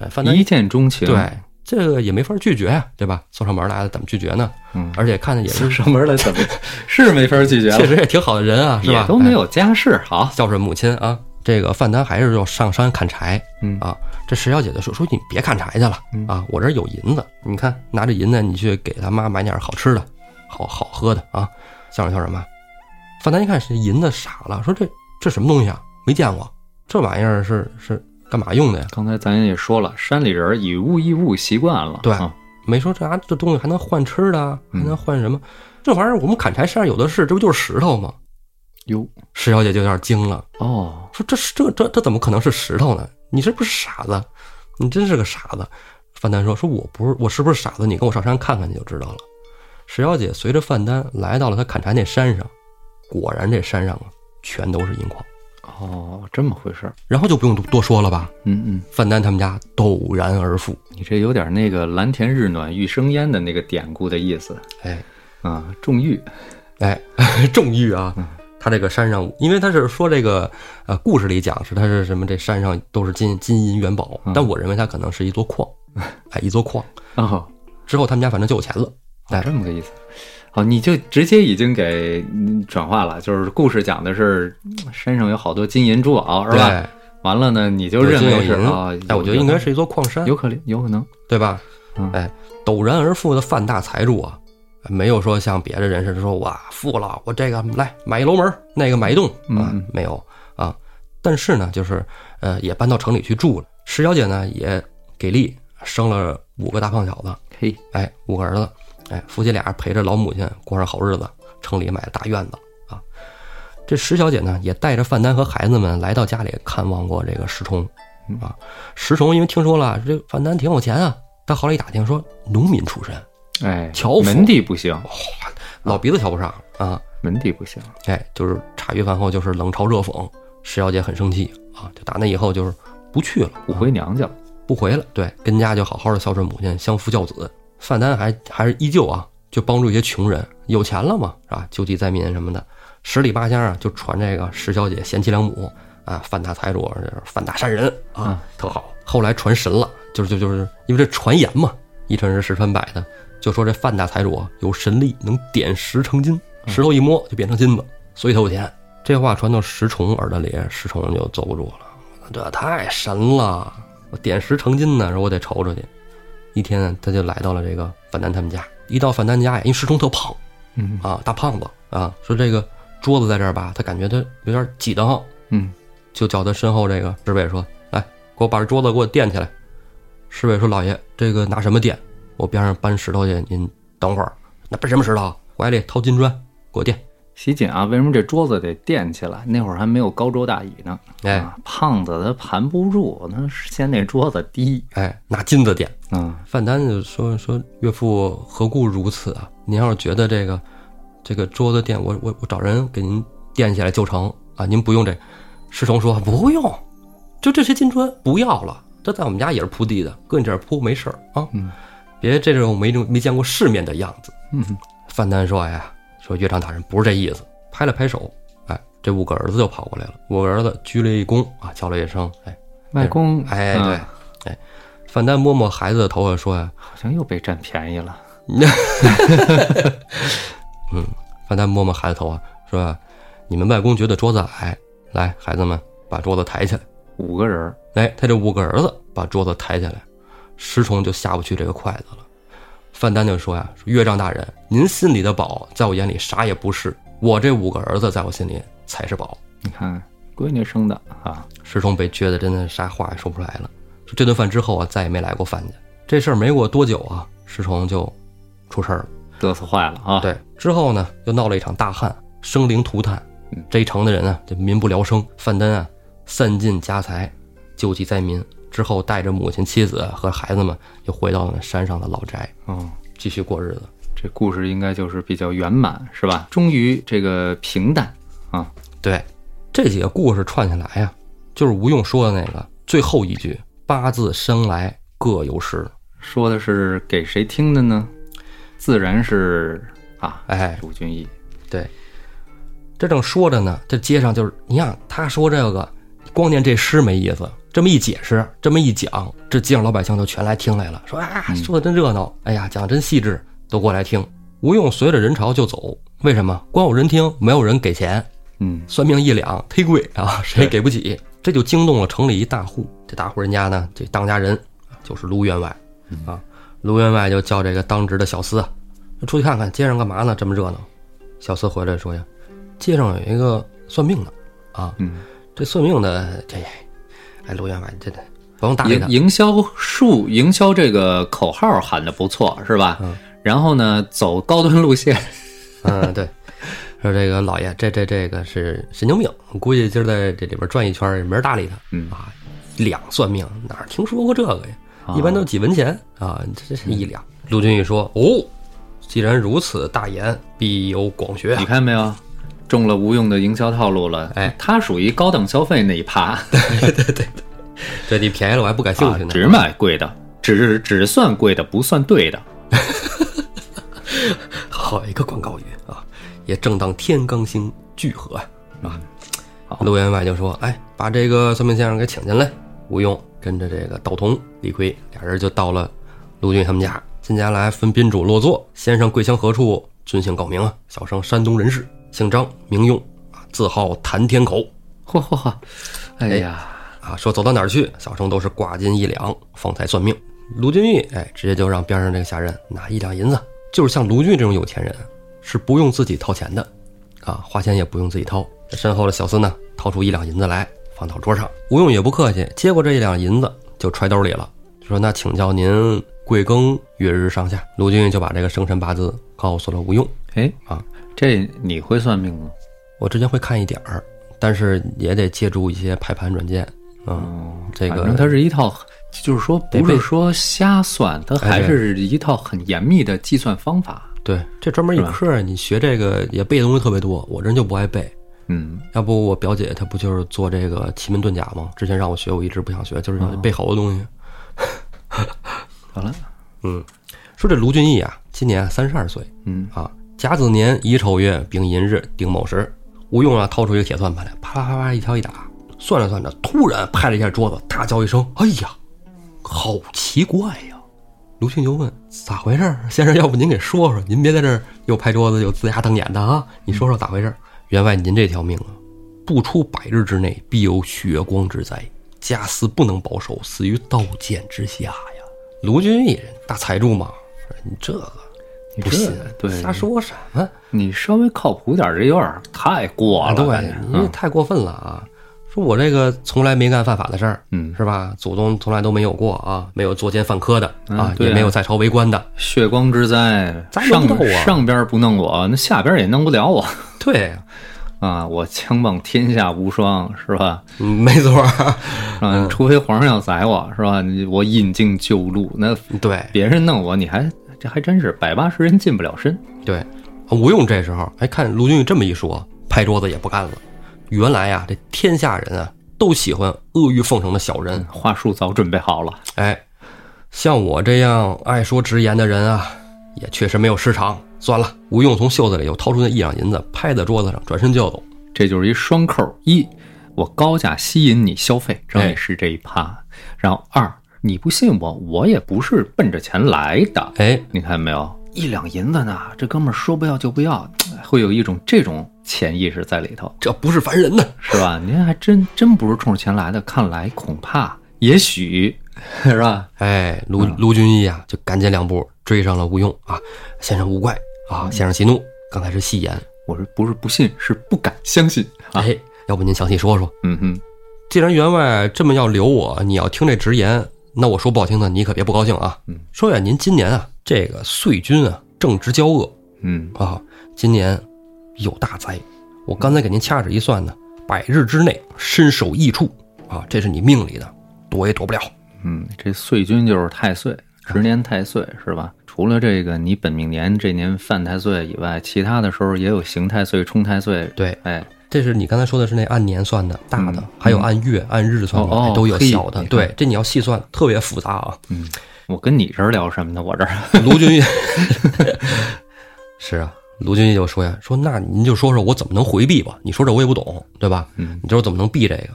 哎，范丹一见钟情，对这个也没法拒绝呀，对吧？送上门来了，怎么拒绝呢？嗯，而且看着也是送上门来怎 么是没法拒绝了，确实也挺好的人啊，是吧？也都没有家世好哎，孝顺母亲啊。这个范丹还是要上山砍柴嗯啊。这石小姐就说：“说你别砍柴去了嗯啊，我这儿有银子，你看拿着银子，你去给他妈买点好吃的、好好喝的啊，孝顺孝顺妈。”范丹一看是银子，傻了，说：“这这什么东西啊？没见过，这玩意儿是是干嘛用的呀刚才咱也说了，山里人以物易物习惯了，对啊没说这啊这东西还能换吃的啊，还能换什么？这玩意儿我们砍柴山上有的是，这不就是石头吗？哟，石小姐就有点惊了，哦，说这是这这这怎么可能是石头呢？你这不是傻子？你真是个傻子！范丹说：“说我不是我是不是傻子？你跟我上山看看你就知道了。”石小姐随着范丹来到了他砍柴那山上，果然这山上啊全都是银矿，哦，这么回事儿。然后就不用多说了吧。嗯嗯，范丹他们家陡然而富，你这有点那个“蓝田日暖玉生烟”的那个典故的意思哎啊，种玉。哎， 重玉啊！嗯他这个山上，因为他是说这个呃故事里讲是他是什么，这山上都是金金银元宝，嗯但我认为它可能是一座 矿，哎，一座矿。哦，之后他们家反正就有钱了，哎，这么个意思。好，你就直接已经给嗯转化了，就是故事讲的是嗯山上有好多金银珠宝，是吧？对，完了呢，你就有认金有为银是啊，有哎，我觉得应该是一座矿山，有可能，有可能。对吧嗯？哎，陡然而富的范大财主啊，没有说像别的人似的说哇富了，我这个来买一楼门，那个买一栋啊嗯，没有啊。但是呢，就是呃，也搬到城里去住了。石小姐呢也给力，生了五个大胖小子，嘿，哎，五个儿子，哎，夫妻俩陪着老母亲过上好日子，城里买了大院子啊。这石小姐呢，也带着范丹和孩子们来到家里看望过这个石崇啊。石崇因为听说了这范丹挺有钱啊，他后来一打听说农民出身，哎，樵夫门第不行，老鼻子瞧不上啊，门第不行。哎，就是茶余饭后就是冷嘲热讽，石小姐很生气啊，就打那以后就是不去了，不回娘家了。不回了，对，跟家就好好的孝顺母亲，相夫教子。范丹还还是依旧啊，就帮助一些穷人，有钱了啊嘛，是吧？救济灾民什么的。十里八乡啊，就传这个石小姐贤妻良母啊，范大财主，这是范大善人啊嗯，特好。后来传神了，就是就就是因为这传言嘛，一传十，十传百的，就说这范大财主啊有神力，能点石成金，石头一摸就变成金子，所以他有钱。这话传到石崇耳朵里，石崇就坐不住了。这太神了！我点石成金呢，说我得瞅瞅去。一天，他就来到了这个范丹他们家。一到范丹家呀，因为石崇特胖嗯啊，大胖子啊，说这个桌子在这儿吧，他感觉他有点挤得慌，嗯，就叫他身后这个侍卫说：“来，给我把这桌子给我垫起来。”侍卫说：“老爷，这个拿什么垫？我边上搬石头去，您等会儿。那搬什么石头？怀里掏金砖，给我垫。西锦啊，为什么这桌子得垫起来？那会儿还没有高桌大椅呢。哎啊，胖子他盘不住，那是嫌那桌子低。哎，拿金子垫。”嗯，范丹就说说岳父何故如此啊？您要是觉得这个这个桌子垫，我我我找人给您垫起来就成啊，您不用这。石崇说不用，就这些金砖不要了，这在我们家也是铺地的，搁你这儿铺没事儿啊。嗯，别这种没没见过世面的样子。嗯，范丹说哎呀，说岳长大人不是这意思，拍了拍手，哎，这五个儿子就跑过来了，五个儿子鞠了一躬啊，叫了一声，哎外公，哎嗯对，哎，范丹摸摸孩子的头发说呀、哎好像又被占便宜了。范丹摸摸孩子头啊，说：“你们外公觉得桌子矮，来，孩子们把桌子抬起来。五个人儿，”哎，他这五个儿子把桌子抬起来，石崇就下不去这个筷子了。范丹就说呀、说岳丈大人，您心里的宝，在我眼里啥也不是，我这五个儿子在我心里才是宝。你看闺女生的啊，石崇被撅的真的啥话也说不出来了。说这顿饭之后啊，再也没来过范家。这事儿没过多久啊，石崇就出事儿了。嘚瑟坏了啊。，对，之后呢，又闹了一场大旱，生灵涂炭，这一城的人啊，就民不聊生。范丹啊，散尽家财，救济灾民，之后带着母亲、妻子和孩子们，又回到了山上的老宅，哦，继续过日子。这故事应该就是比较圆满，是吧？终于这个平淡啊，对，这几个故事串起来呀、就是吴用说的那个最后一句：“八字生来各有时。说的是给谁听的呢？自然是啊”，哎，鲁俊义。对，这正说着呢，这街上就是你看他说这个，光念这诗没意思，这么一解释，这么一讲，这街上老百姓就全来听来了，说啊，说的真热闹，哎呀，讲得真细致，都过来听。吴用随着人潮就走，为什么？光有人听，没有人给钱，嗯，算命一两忒贵啊，谁也给不起，这就惊动了城里一大户。这大户人家呢，这当家人就是卢员外啊，卢员外就叫这个当值的小厮啊出去看看街上干嘛呢，这么热闹。小厮回来说呀，街上有一个算命的啊，嗯这算命的这，哎，卢员外这这不用搭理营他。营销术、营销这个口号喊的不错，是吧？然后呢，走高端路线，嗯，对，说这个老爷，这这这个是神经病，估计今儿在这里边转一圈儿也没人搭理他。嗯啊，一两算命哪儿听说过这个呀？哦一般都几文钱啊，这是一两。陆俊义说：“哦，既然如此大言，必有广学啊你看没有？中了无用的营销套路了。哎，它属于高档消费那一趴，这地便宜了我还不感兴趣呢。只买贵的，只只算贵的，不算对的。好一个广告语啊！也正当天罡星聚合啊。啊，好陆员外就说：“哎，把这个算命先生给请进来。”吴用跟着这个道童李逵俩人就到了陆俊他们家。进家来分宾主落座，先生贵乡何处？尊姓告名啊？小生山东人士，姓张，名用，啊字号谭天口。嚯嚯嚯！哎呀，啊，说走到哪儿去，小生都是挂金一两，方才算命。卢俊义，哎，直接就让边上这个下人拿一两银子，就是像卢俊这种有钱人，是不用自己掏钱的，啊，花钱也不用自己掏。这身后的小厮呢，掏出一两银子来，放到桌上。吴用也不客气，接过这一两银子就揣兜里了，就说：“那请教您贵庚月日上下？”卢俊义就把这个生辰八字告诉了吴用。哎啊，这你会算命吗？我之前会看一点儿，但是也得借助一些排盘软件。嗯，这反个正它是一套，就是说得哎不背是说瞎算，它还是一套很严密的计算方法。对，这专门一科，你学这个也背的东西特别多。我这人就不爱背，嗯，要不我表姐她不就是做这个奇门遁甲吗？之前让我学，我一直不想学，就是想背好多东西。好了，说这卢俊义啊，今年三十二岁嗯，啊，甲子年乙丑月丙寅日丁卯时，吴用啊掏出一个铁算盘来，啪啪啪啪一敲一打，算着算着，突然拍了一下桌子，大叫一声：“哎呀，好奇怪呀！”卢俊就问：“咋回事儿？先生，要不您给说说？您别在这儿又拍桌子又呲牙瞪眼的啊！你说说咋回事儿？员外，您这条命啊，不出百日之内，必有血光之灾。家私不能保守，死于刀剑之下呀！”卢俊义人大财主嘛，你这个你不这信，对瞎说什么？你稍微靠谱点儿，这有点儿太过啊，了。对，你嗯这太过分了啊！说我这个从来没干犯法的事儿，嗯是吧？祖宗从来都没有过啊，没有作奸犯科的嗯啊，对也啊没有在朝为官的。血光之灾，咱上轮不到啊我上边不弄我，那下边也弄不了我对，啊！我枪棒天下无双，是吧？嗯没错儿， 嗯啊，除非皇上要宰我，是吧？你我引颈就戮，那对别人弄我，你还这还真是百八十人进不了身。对。啊吴用这时候哎，看卢俊义这么一说，拍桌子也不干了。原来呀、这天下人啊都喜欢阿谀奉承的小人，话术早准备好了，哎，像我这样爱说直言的人啊，也确实没有市场。算了，吴用从袖子里又掏出那一两银子，拍在桌子上，转身就走。这就是一双扣：一，我高价吸引你消费，让哎你是这一趴；然后二，你不信我，我也不是奔着钱来的。哎，你看没有，一两银子呢，这哥们儿说不要就不要，会有一种这种潜意识在里头，这不是凡人呐！是吧？您还真真不是冲着钱来的，看来恐怕也许 是吧？哎，卢卢俊义啊，就赶紧两步追上了吴用啊，先生勿怪啊，先生息怒，刚才是戏言，我是不是不信，是不敢相信啊？哎，要不您详细说说，嗯哼，既然员外这么要留我，你要听这直言，那我说不好听的，你可别不高兴啊嗯。说呀，您今年啊，这个岁君啊，正值交恶嗯，啊，今年有大灾，我刚才给您掐指一算呢，百日之内身首异处啊，这是你命里的，躲也躲不了。嗯，这岁君就是太岁，十年太岁是吧？除了这个你本命年这年犯太岁以外，其他的时候也有刑太岁、冲太岁。对，哎，这是你刚才说的是那按年算的大的嗯，还有按月、按日算哦的，哦都有小的嘿。对，这你要细算，特别复杂啊。嗯，我跟你这儿聊什么呢？我这儿卢俊义 是啊，卢俊义就说呀，说那您就说说我怎么能回避吧？你说这我也不懂，对吧？嗯你就说怎么能避这个？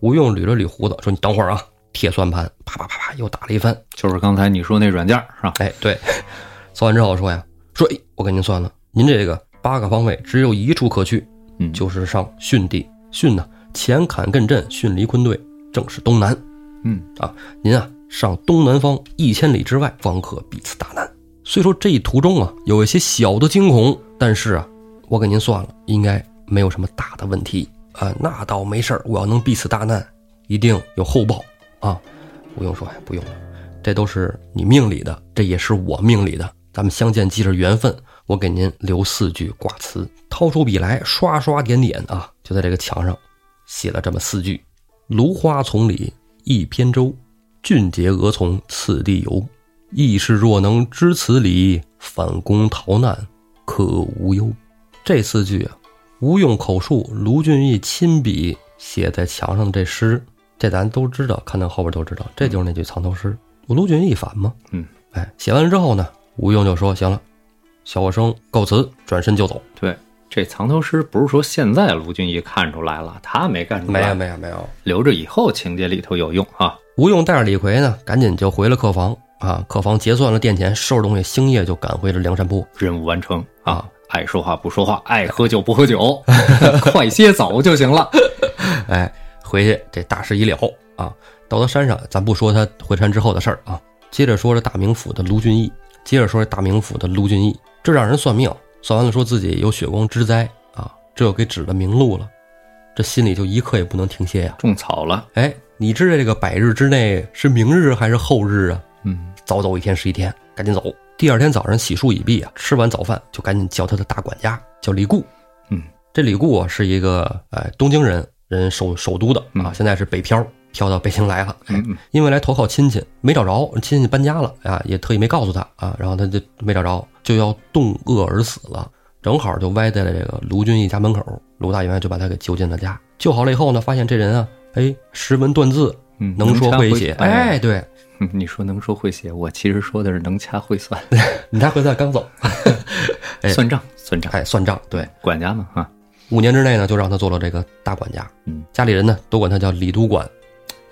吴用捋了捋胡子，说你等会儿啊，铁算盘啪啪啪啪又打了一番。就是刚才你说那软件儿是吧？哎，对，算完之后说呀，说哎，我给您算了，您这个八个方位只有一处可去，嗯，就是上巽地。巽呢，前坎艮震，巽离坤兑，正是东南嗯啊。您啊，上东南方一千里之外，方可避此大难。虽说这一途中啊，有一些小的惊恐，但是啊，我给您算了，应该没有什么大的问题啊。那倒没事儿，我要能避此大难，一定有后报啊。吴用说：“哎，不用了，这都是你命里的，这也是我命里的，咱们相见既是缘分，我给您留四句卦词。”掏出笔来，刷刷点点啊，就在这个墙上写了这么四句：“芦花丛里一扁舟，俊杰鹅从此地游。义士若能知此理，反攻逃难可无忧。”这四句啊，吴用口述，卢俊义亲笔写在墙上的这诗，这咱都知道，看到后边都知道，这就是那句藏头诗。我卢俊义反吗？嗯，哎，写完之后呢，吴用就说：“行了，小学生告辞，转身就走。对，这藏头诗不是说现在卢俊义看出来了，他没干”出没有，来，没有，没有。留着以后情节里头有用啊。吴用带着李逵呢，赶紧就回了客房啊。客房结算了店钱，收拾东西，星夜就赶回了梁山泊。任务完成啊啊！爱说话不说话，爱喝酒不喝 酒，快些走就行了。哎，回去这大事已了啊。到他山上，咱不说他回山之后的事儿啊，接着说这大名府的卢俊义，接着说这大名府的卢俊义，这让人算命，算完了说自己有血光之灾啊，这又给指了明路了，这心里就一刻也不能停歇呀、种草了，哎，你知道这个百日之内是明日还是后日啊？嗯，早走一天是一天，赶紧走。第二天早上洗漱已毕啊，吃完早饭就赶紧叫他的大管家，叫李固。嗯，这李固啊是一个哎东京人，人首首都的啊，嗯现在是北漂，漂到北京来了。哎嗯嗯因为来投靠亲戚没找着，亲戚搬家了啊，也特意没告诉他啊，然后他就没找着，就要冻饿而死了。正好就歪在了这个卢俊义家门口，卢大员就把他给救进了家。救好了以后呢，发现这人啊，哎，识文断字，嗯能说掐会写，哎，哎，对，嗯 你说能说会写，我其实说的是能掐会算，你才回来刚走，哎算账算账，哎，算账，对，管家嘛啊，五年之内呢，就让他做了这个大管家。嗯，家里人呢都管他叫李都管，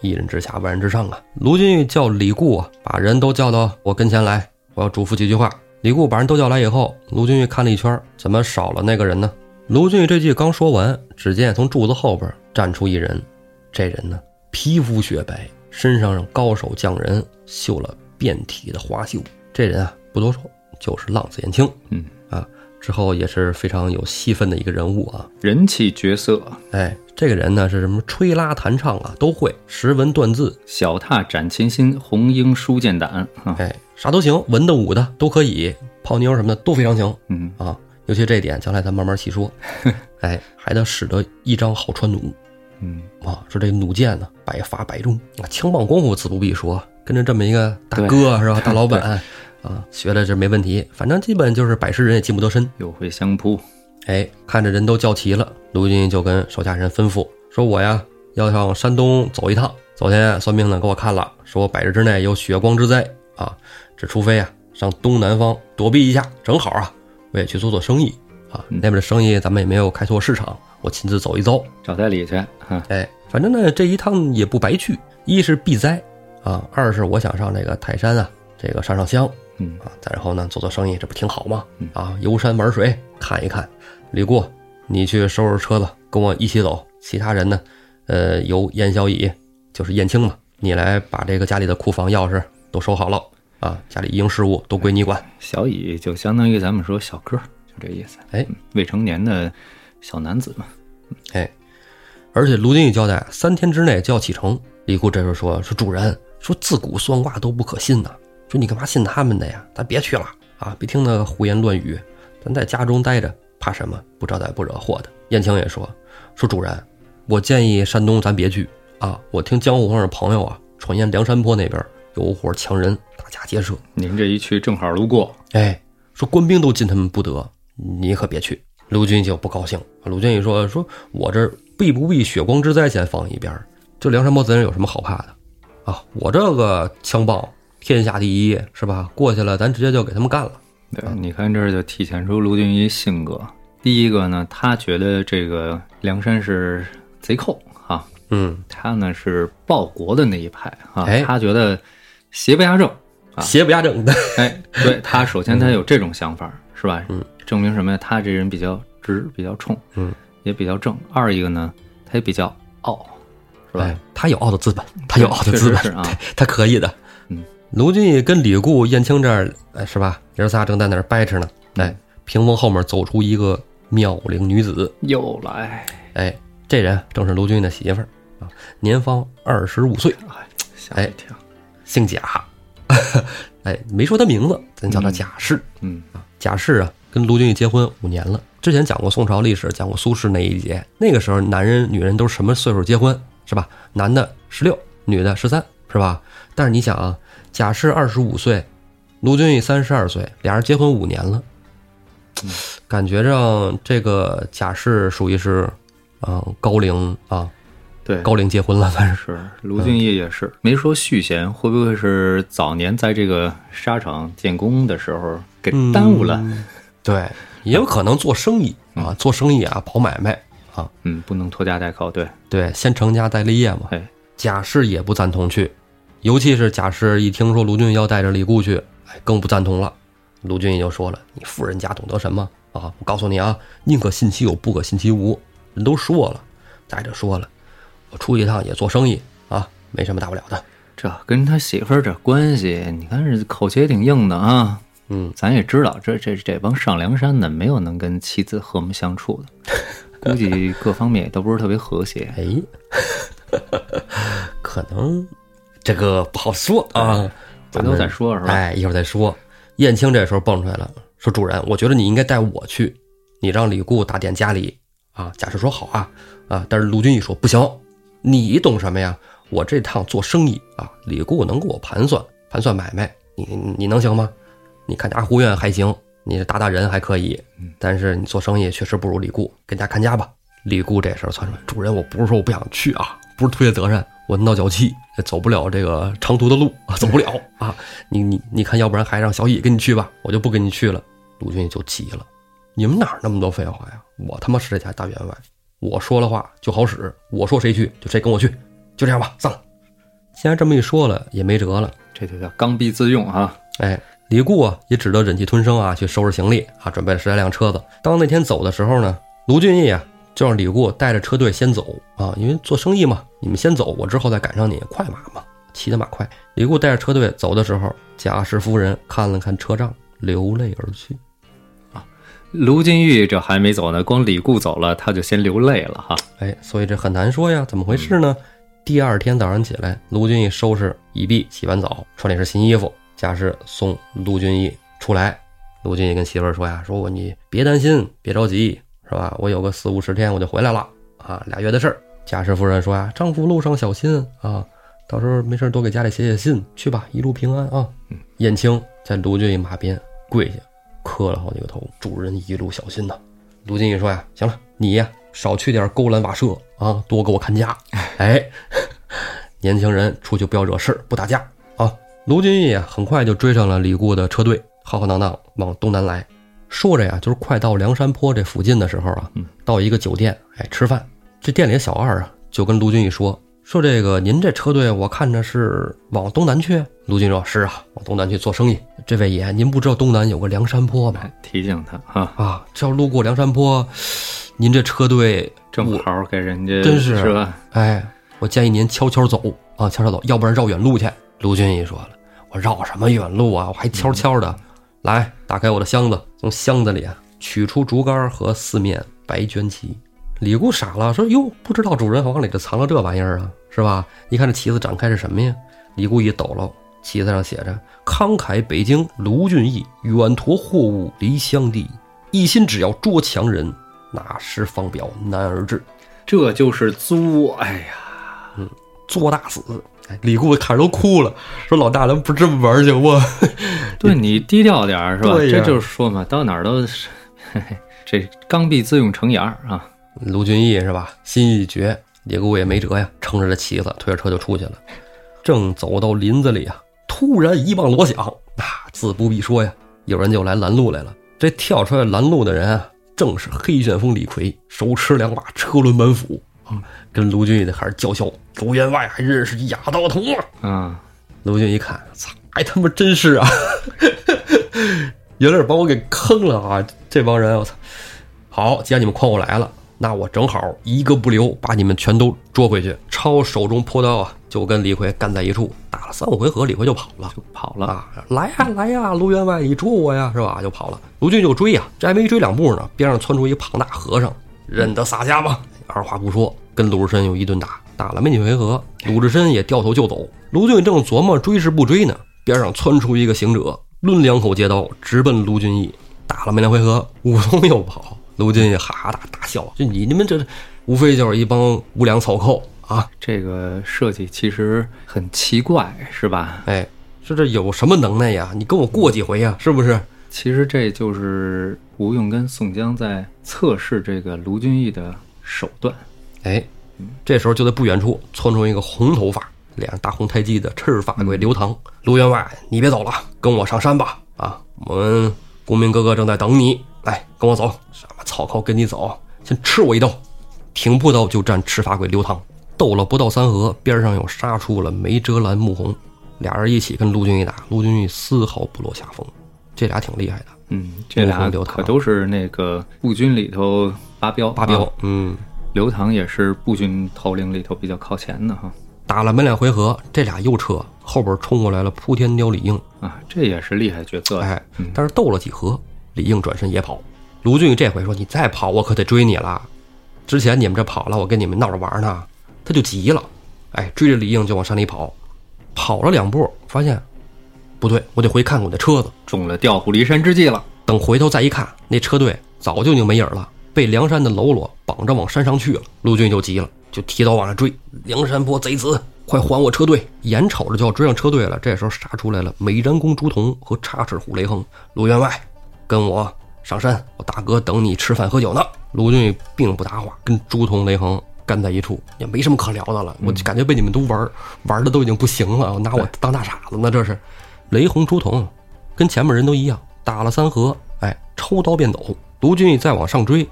一人之下，万人之上啊。卢俊义叫李固啊，把人都叫到我跟前来，我要嘱咐几句话。李固把人都叫来以后，卢俊义看了一圈，怎么少了那个人呢？卢俊义这句刚说完，只见从柱子后边站出一人，这人呢皮肤雪白，身上高手匠人绣了遍体的花绣。这人啊不多说，就是浪子燕青嗯，啊。之后也是非常有戏份的一个人物啊，人气角色，哎，这个人呢是什么吹拉弹唱啊都会，识文断字，小踏展琴心，红缨书剑胆啊，哎，啥都行，文的武的都可以，泡妞什么的都非常行嗯，啊。尤其这一点，将来咱慢慢细说。哎，还得使得一张好穿弩嗯，啊，说这弩箭呢百发百中啊，枪棒功夫自不必说，跟着这么一个大哥是吧，大老板啊，学的这没问题，反正基本就是百十人也近不得身。又会相扑，哎，看着人都叫齐了，卢俊义就跟手下人吩咐说：“我呀，要上山东走一趟。昨天算命的给我看了，说我百日之内有血光之灾啊，这除非啊上东南方躲避一下，正好啊我也去做做生意啊，那边的生意咱们也没有开拓市场，我亲自走一遭。找代理去啊，哎，反正呢这一趟也不白去，一是避灾啊，二是我想上这个泰山啊，这个上上香，嗯啊，再然后呢，做做生意，这不挺好吗？啊，游山玩水，看一看。李固，你去收拾车子，跟我一起走。其他人呢，呃，由燕小乙，就是燕青嘛，你来把这个家里的库房钥匙都收好了啊，家里一应事务都归你管。小乙就相当于咱们说小哥，就这意思，哎嗯，未成年的小男子嘛，哎，而且卢俊义交代，三天之内就要启程。李固这时候说：“说主人，说自古算卦都不可信呐，说你干嘛信他们的呀？咱别去了啊，别听那胡言乱语，咱在家中待着，怕什么？不招灾不惹祸的。”燕青也说：“说主人，我建议山东咱别去啊，我听江湖上的朋友啊传言，梁山泊那边有伙强人，打家劫舍。您这一去正好路过，哎，说官兵都进他们不得，你可别去。卢俊义就不高兴，卢俊义说：“说我这避不避血光之灾，先放一边儿，这梁山泊贼人有什么好怕的啊？我这个枪棒天下第一，是吧？过去了，咱直接就给他们干了。对，嗯你看这儿就体现出卢俊义性格。第一个呢，他觉得这个梁山是贼寇啊，嗯，他呢是报国的那一派啊，哎他觉得邪不 压正。啊邪不压正的，哎，对他首先他嗯有这种想法、是吧？证明什么呀？他这人比较直，比较冲，嗯，也比较正。二一个呢，他也比较傲，是吧？哎，他有傲的资本，他有傲的确资实本，是啊，他可以的。嗯，卢俊义跟李固、燕青这儿，哎，是吧？爷儿仨正在那儿掰扯呢。嗯哎，屏风后面走出一个妙龄女子，又来，哎，这人正是卢俊义的媳妇儿啊，年方二十五岁。哎，吓我一跳。姓贾， 哎，没说他名字，咱叫他贾氏。嗯贾氏啊，跟卢俊义结婚五年了。之前讲过宋朝历史，讲过苏轼那一节。那个时候，男人、女人都是什么岁数结婚，是吧？男的十六，女的十三，是吧？但是你想啊，贾氏二十五岁，卢俊义三十二岁，俩人结婚五年了，感觉上这个贾氏属于是，嗯、高龄啊，对，高龄结婚了，反正是是卢俊义也是，没说续弦，会不会是早年在这个沙场建功的时候给耽误了？嗯，对，也有可能做生意啊，做生意啊，跑买卖啊，嗯不能拖家带口，对，对，先成家再立业嘛。哎，贾氏也不赞同去，尤其是贾氏一听说卢俊要带着李固去，哎，更不赞同了。卢俊也就说了：“你富人家懂得什么啊？我告诉你啊，宁可信其有，不可信其无。人都说了，再者说了，我出去一趟也做生意啊，没什么大不了的。这跟他媳妇儿这关系，你看这口气也挺硬的啊。嗯，咱也知道，这这这帮上梁山的，没有能跟妻子和睦相处 的，估计各方面也都不是特别和谐。哎，可能这个不好说啊，回头再说是吧哎，一会儿再说。燕青这时候蹦出来了，说：“主人，我觉得你应该带我去，你让李固打点家里啊。”贾氏说：“好啊，啊！”但是卢俊义说：“不行，你懂什么呀？我这趟做生意啊，李固能给我盘算盘算买卖，你你你能行吗？你看家护院还行，你打打人还可以，但是你做生意确实不如李固，跟家看家吧。”李固这时候窜出来：“主人，我不是说我不想去啊，不是推卸责任，我闹脚气，走不了这个长途的路啊，走不了啊。你你你看，要不然还让小乙跟你去吧，我就不跟你去了。卢俊义就急了，你们哪儿那么多废话呀？我他妈是这家大员外，我说了话就好使，我说谁去就谁跟我去，就这样吧，散了。既然这么一说了，也没辙了。这就叫刚愎自用啊。哎，李固啊也只得忍气吞声啊，去收拾行李啊，准备了十来辆车子。当那天走的时候呢，卢俊义啊就让李固带着车队先走啊，因为做生意嘛，你们先走，我之后再赶上你，快马嘛，骑的马快。李固带着车队走的时候，贾氏夫人看了看车账，流泪而去。卢俊义这还没走呢，光李固走了，他就先流泪了哈。哎，所以这很难说呀，怎么回事呢？第二天早上起来，卢俊义收拾已毕，洗完澡，穿了一身新衣服，贾氏送卢俊义出来。卢俊义跟媳妇儿说呀：“说我你别担心，别着急，是吧？我有个四五十天我就回来了啊，俩月的事儿。”贾氏夫人说呀：“丈夫路上小心啊，到时候没事儿多给家里写写信，去吧，一路平安啊。”燕青在卢俊义马边跪下，磕了好几个头：“主人一路小心呐、卢俊义说呀：“行了，你呀少去点勾栏瓦舍啊，多给我看家。哎， 年轻人出去不要惹事儿，不打架啊。”卢俊义啊，很快就追上了李固的车队，浩浩荡荡往东南来。说着呀，就是快到梁山坡这附近的时候啊，到一个酒店，哎，吃饭。这店里的小二啊，就跟卢俊义说：“说这个您这车队，我看着是往东南去。”卢俊义说：“是啊，往东南去做生意。这位爷，您不知道东南有个梁山坡吗？哎，提醒他哈，啊，这要路过梁山坡，您这车队，正好给人家真是是吧？哎，我建议您悄悄走啊，悄悄走，要不然绕远路去。卢俊义说了，我绕什么远路啊？我还悄悄的。来，打开我的箱子，从箱子里啊取出竹竿和四面白绢旗。李固傻了，说：“哟，不知道主人好像里头藏了这玩意儿啊，是吧？一看这旗子展开是什么呀？”李固一抖搂，旗子上写着“慷慨北京卢俊义，远驮货物离乡地，一心只要捉强人，那时方表难而至。”这就是作，哎呀，作大死。哎李固看着都哭了，说：“老大，咱不这么玩儿行吗 对你低调点儿是吧？对呀这就是说嘛，到哪儿都是， 嘿嘿这刚愎自用成眼儿啊。？”卢俊义是吧？心意已决，李固也没辙呀，撑着这旗子，推着车就出去了。正走到林子里啊，突然一棒锣响，那、自不必说呀，有人就来拦路来了。这跳出来拦路的人啊，正是黑旋风李逵，手持两把车轮板斧啊，跟卢俊义在开始叫嚣：“卢员外还认识亚道童啊！”啊，卢俊一看，操，还他妈真是啊！ 有点把我给坑了啊！这帮人，我操！好，既然你们诓我来了，那我正好一个不留，把你们全都捉回去。抄手中破刀啊，就跟李逵干在一处，打了三五回合，李逵就跑了。就跑了。啊，来呀、来呀、卢员外，你捉我呀，是吧？就跑了。卢俊就追呀、这还没追两步呢，边上窜出一胖大和尚，认得洒家吗？二话不说，跟鲁智深又一顿打，打了没几回合，鲁智深也掉头就走。卢俊义正琢磨追是不追呢，边上窜出一个行者，抡两口截刀，直奔卢俊义。打了没两回合，武松又跑。卢俊义哈哈大大笑，就你你们这无非就是一帮无良草寇啊！这个设计其实很奇怪，是吧？哎，说这有什么能耐呀？你跟我过几回呀？是不是？其实这就是吴用跟宋江在测试这个卢俊义的手段。哎，这时候就在不远处窜出一个红头发、脸上大红胎记的赤发鬼刘唐。卢员外，你别走了，跟我上山吧！啊，我们公明哥哥正在等你，来，跟我走。什么草寇跟你走，先吃我一刀！挺步刀就战赤发鬼刘唐，斗了不到三合，边上又杀出了梅遮拦、穆弘，俩人一起跟陆俊义打，陆俊义丝毫不落下风，这俩挺厉害的。嗯，这穆俩弘刘唐可都是那个步军里头八彪，八彪啊，嗯，刘唐也是步军头领里头比较靠前的哈。打了没两回合，这俩又撤，后边冲过来了扑天雕李应，啊，这也是厉害角色。嗯哎，但是斗了几合，李应转身也跑。卢俊义这回说：“你再跑，我可得追你了。之前你们这跑了，我跟你们闹着玩呢。”他就急了，哎，追着李应就往山里跑，跑了两步，发现不对，我得回看看我的车子。中了调虎离山之计了。等回头再一看，那车队早就已经没影儿了，被梁山的喽啰绑着往山上去了。陆俊就急了，就提刀往上追。梁山泊贼子，快还我车队！眼瞅着就要追上车队了，这时候杀出来了美髯公朱仝和插翅虎雷横。陆员外，跟我上山，我大哥等你吃饭喝酒呢。陆俊并不搭话，跟朱仝、雷横。干在一处也没什么可聊的了，我就感觉被你们都玩儿玩的都已经不行了，我拿我当大傻子呢，这是。雷洪、朱仝跟前面人都一样，打了三合，哎，抽刀便走。卢俊义再往上追，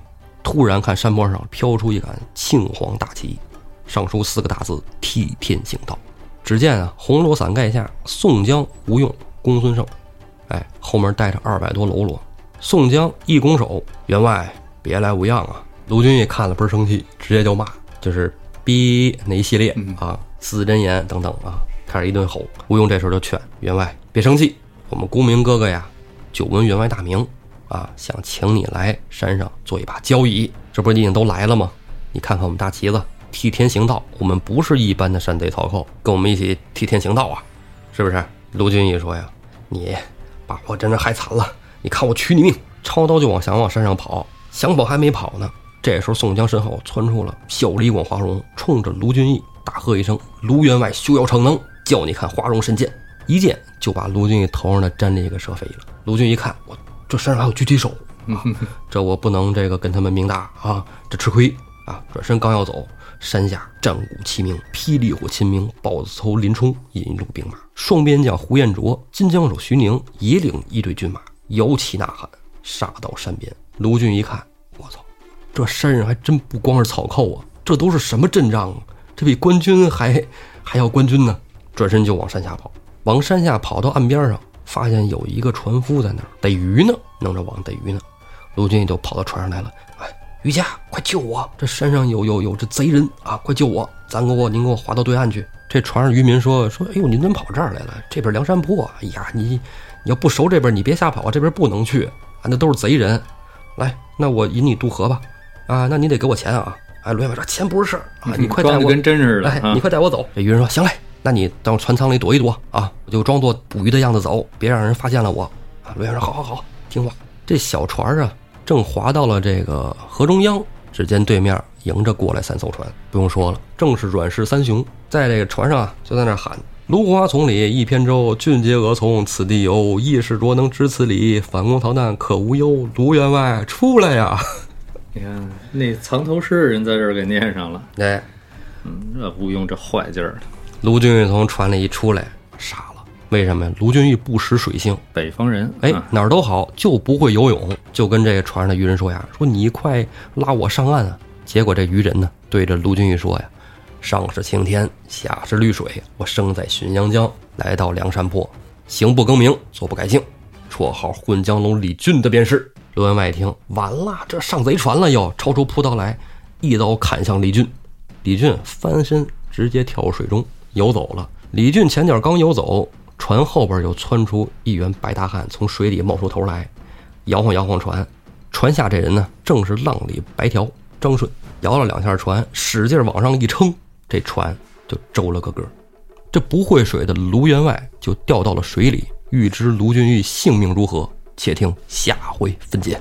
突然看山坡上飘出一杆庆黄大旗，上书四个大字“替天行道”。只见啊，红罗伞盖下，宋江、吴用、公孙胜，哎，后面带着二百多喽啰。宋江一拱手：“员外，别来无恙啊！”卢俊义看了倍儿生气，直接就骂，就是逼那一系列啊，四字真言等等啊，开始一顿吼。吴用这时候就劝员外别生气，我们公明哥哥呀，久闻员外大名啊，想请你来山上做一把交椅。这不是你已经都来了吗？你看看我们大旗子，替天行道，我们不是一般的山贼草寇，跟我们一起替天行道啊，是不是？卢俊义说呀，你把我真的害惨了，你看我取你命！抄刀就往想往山上跑，想跑还没跑呢。这时候宋江身后窜出了小李广花荣，冲着卢俊义大喝一声：“卢员外休要逞能，叫你看花荣神剑！”一剑就把卢俊义头上的粘笠给射飞了。卢俊一看，我这身上还有狙击手，啊，这我不能这个跟他们命大啊，这吃亏啊！转身刚要走，山下战鼓齐鸣，霹雳火秦明，豹子头林冲引路兵马，双边将胡彦卓、金枪手徐宁也领一队军马，摇旗呐喊，杀到山边。卢俊一看，我操，这山上还真不光是草寇啊，这都是什么阵仗啊？这比官军还还要官军呢！转身就往山下跑，往山下跑到岸边上，发现有一个船夫在那儿逮鱼呢，弄着网逮鱼呢。卢俊义就跑到船上来了，哎，渔家，快救我！这山上有有有这贼人啊，快救我！咱给我您给我划到对岸去。这船上渔民说说，哎呦，您怎么跑这儿来了？这边梁山泊，哎呀，你你要不熟这边，你别瞎跑，这边不能去啊，那都是贼人。来，那我引你渡河吧。啊，那你得给我钱啊！哎，卢员外说钱不是事儿啊，你快带嗯装的我跟真似的哎，啊你快带我走！这渔人说：“行嘞，那你到船舱里躲一躲啊，我就装作捕鱼的样子走，别让人发现了我。”啊，卢员说：“好好好，听话。”这小船啊，正划到了这个河中央，只见对面迎着过来三艘船，不用说了，正是阮氏三雄。在这个船上啊，就在那儿喊：“芦花丛里一扁舟，俊杰俄从此地游。义士卓能知此理，反攻逃难可无忧。卢员外出来呀！”你看哎那藏头诗人在这儿给念上了，哎，嗯，这吴用这坏劲儿，卢俊义从船里一出来，傻了。为什么呀？卢俊义不识水性，北方人，哎啊，哪儿都好，就不会游泳。就跟这个船上的渔人说呀：“说你快拉我上岸啊！”结果这渔人呢，对着卢俊义说呀：“上是青天，下是绿水，我生在浔阳江，来到梁山泊，行不更名，坐不改姓，绰号混江龙李俊的便是。”卢员外一听，完了，这上贼船了又，抄出朴刀来，一刀砍向李俊。李俊翻身直接跳入水中游走了。李俊前脚刚游走，船后边就窜出一员白大汉，从水里冒出头来，摇晃摇晃船。船下这人呢，正是浪里白条张顺，摇了两下船，使劲往上一撑，这船就周了个个儿。这不会水的卢员外就掉到了水里。欲知卢俊义性命如何，且听下回分解。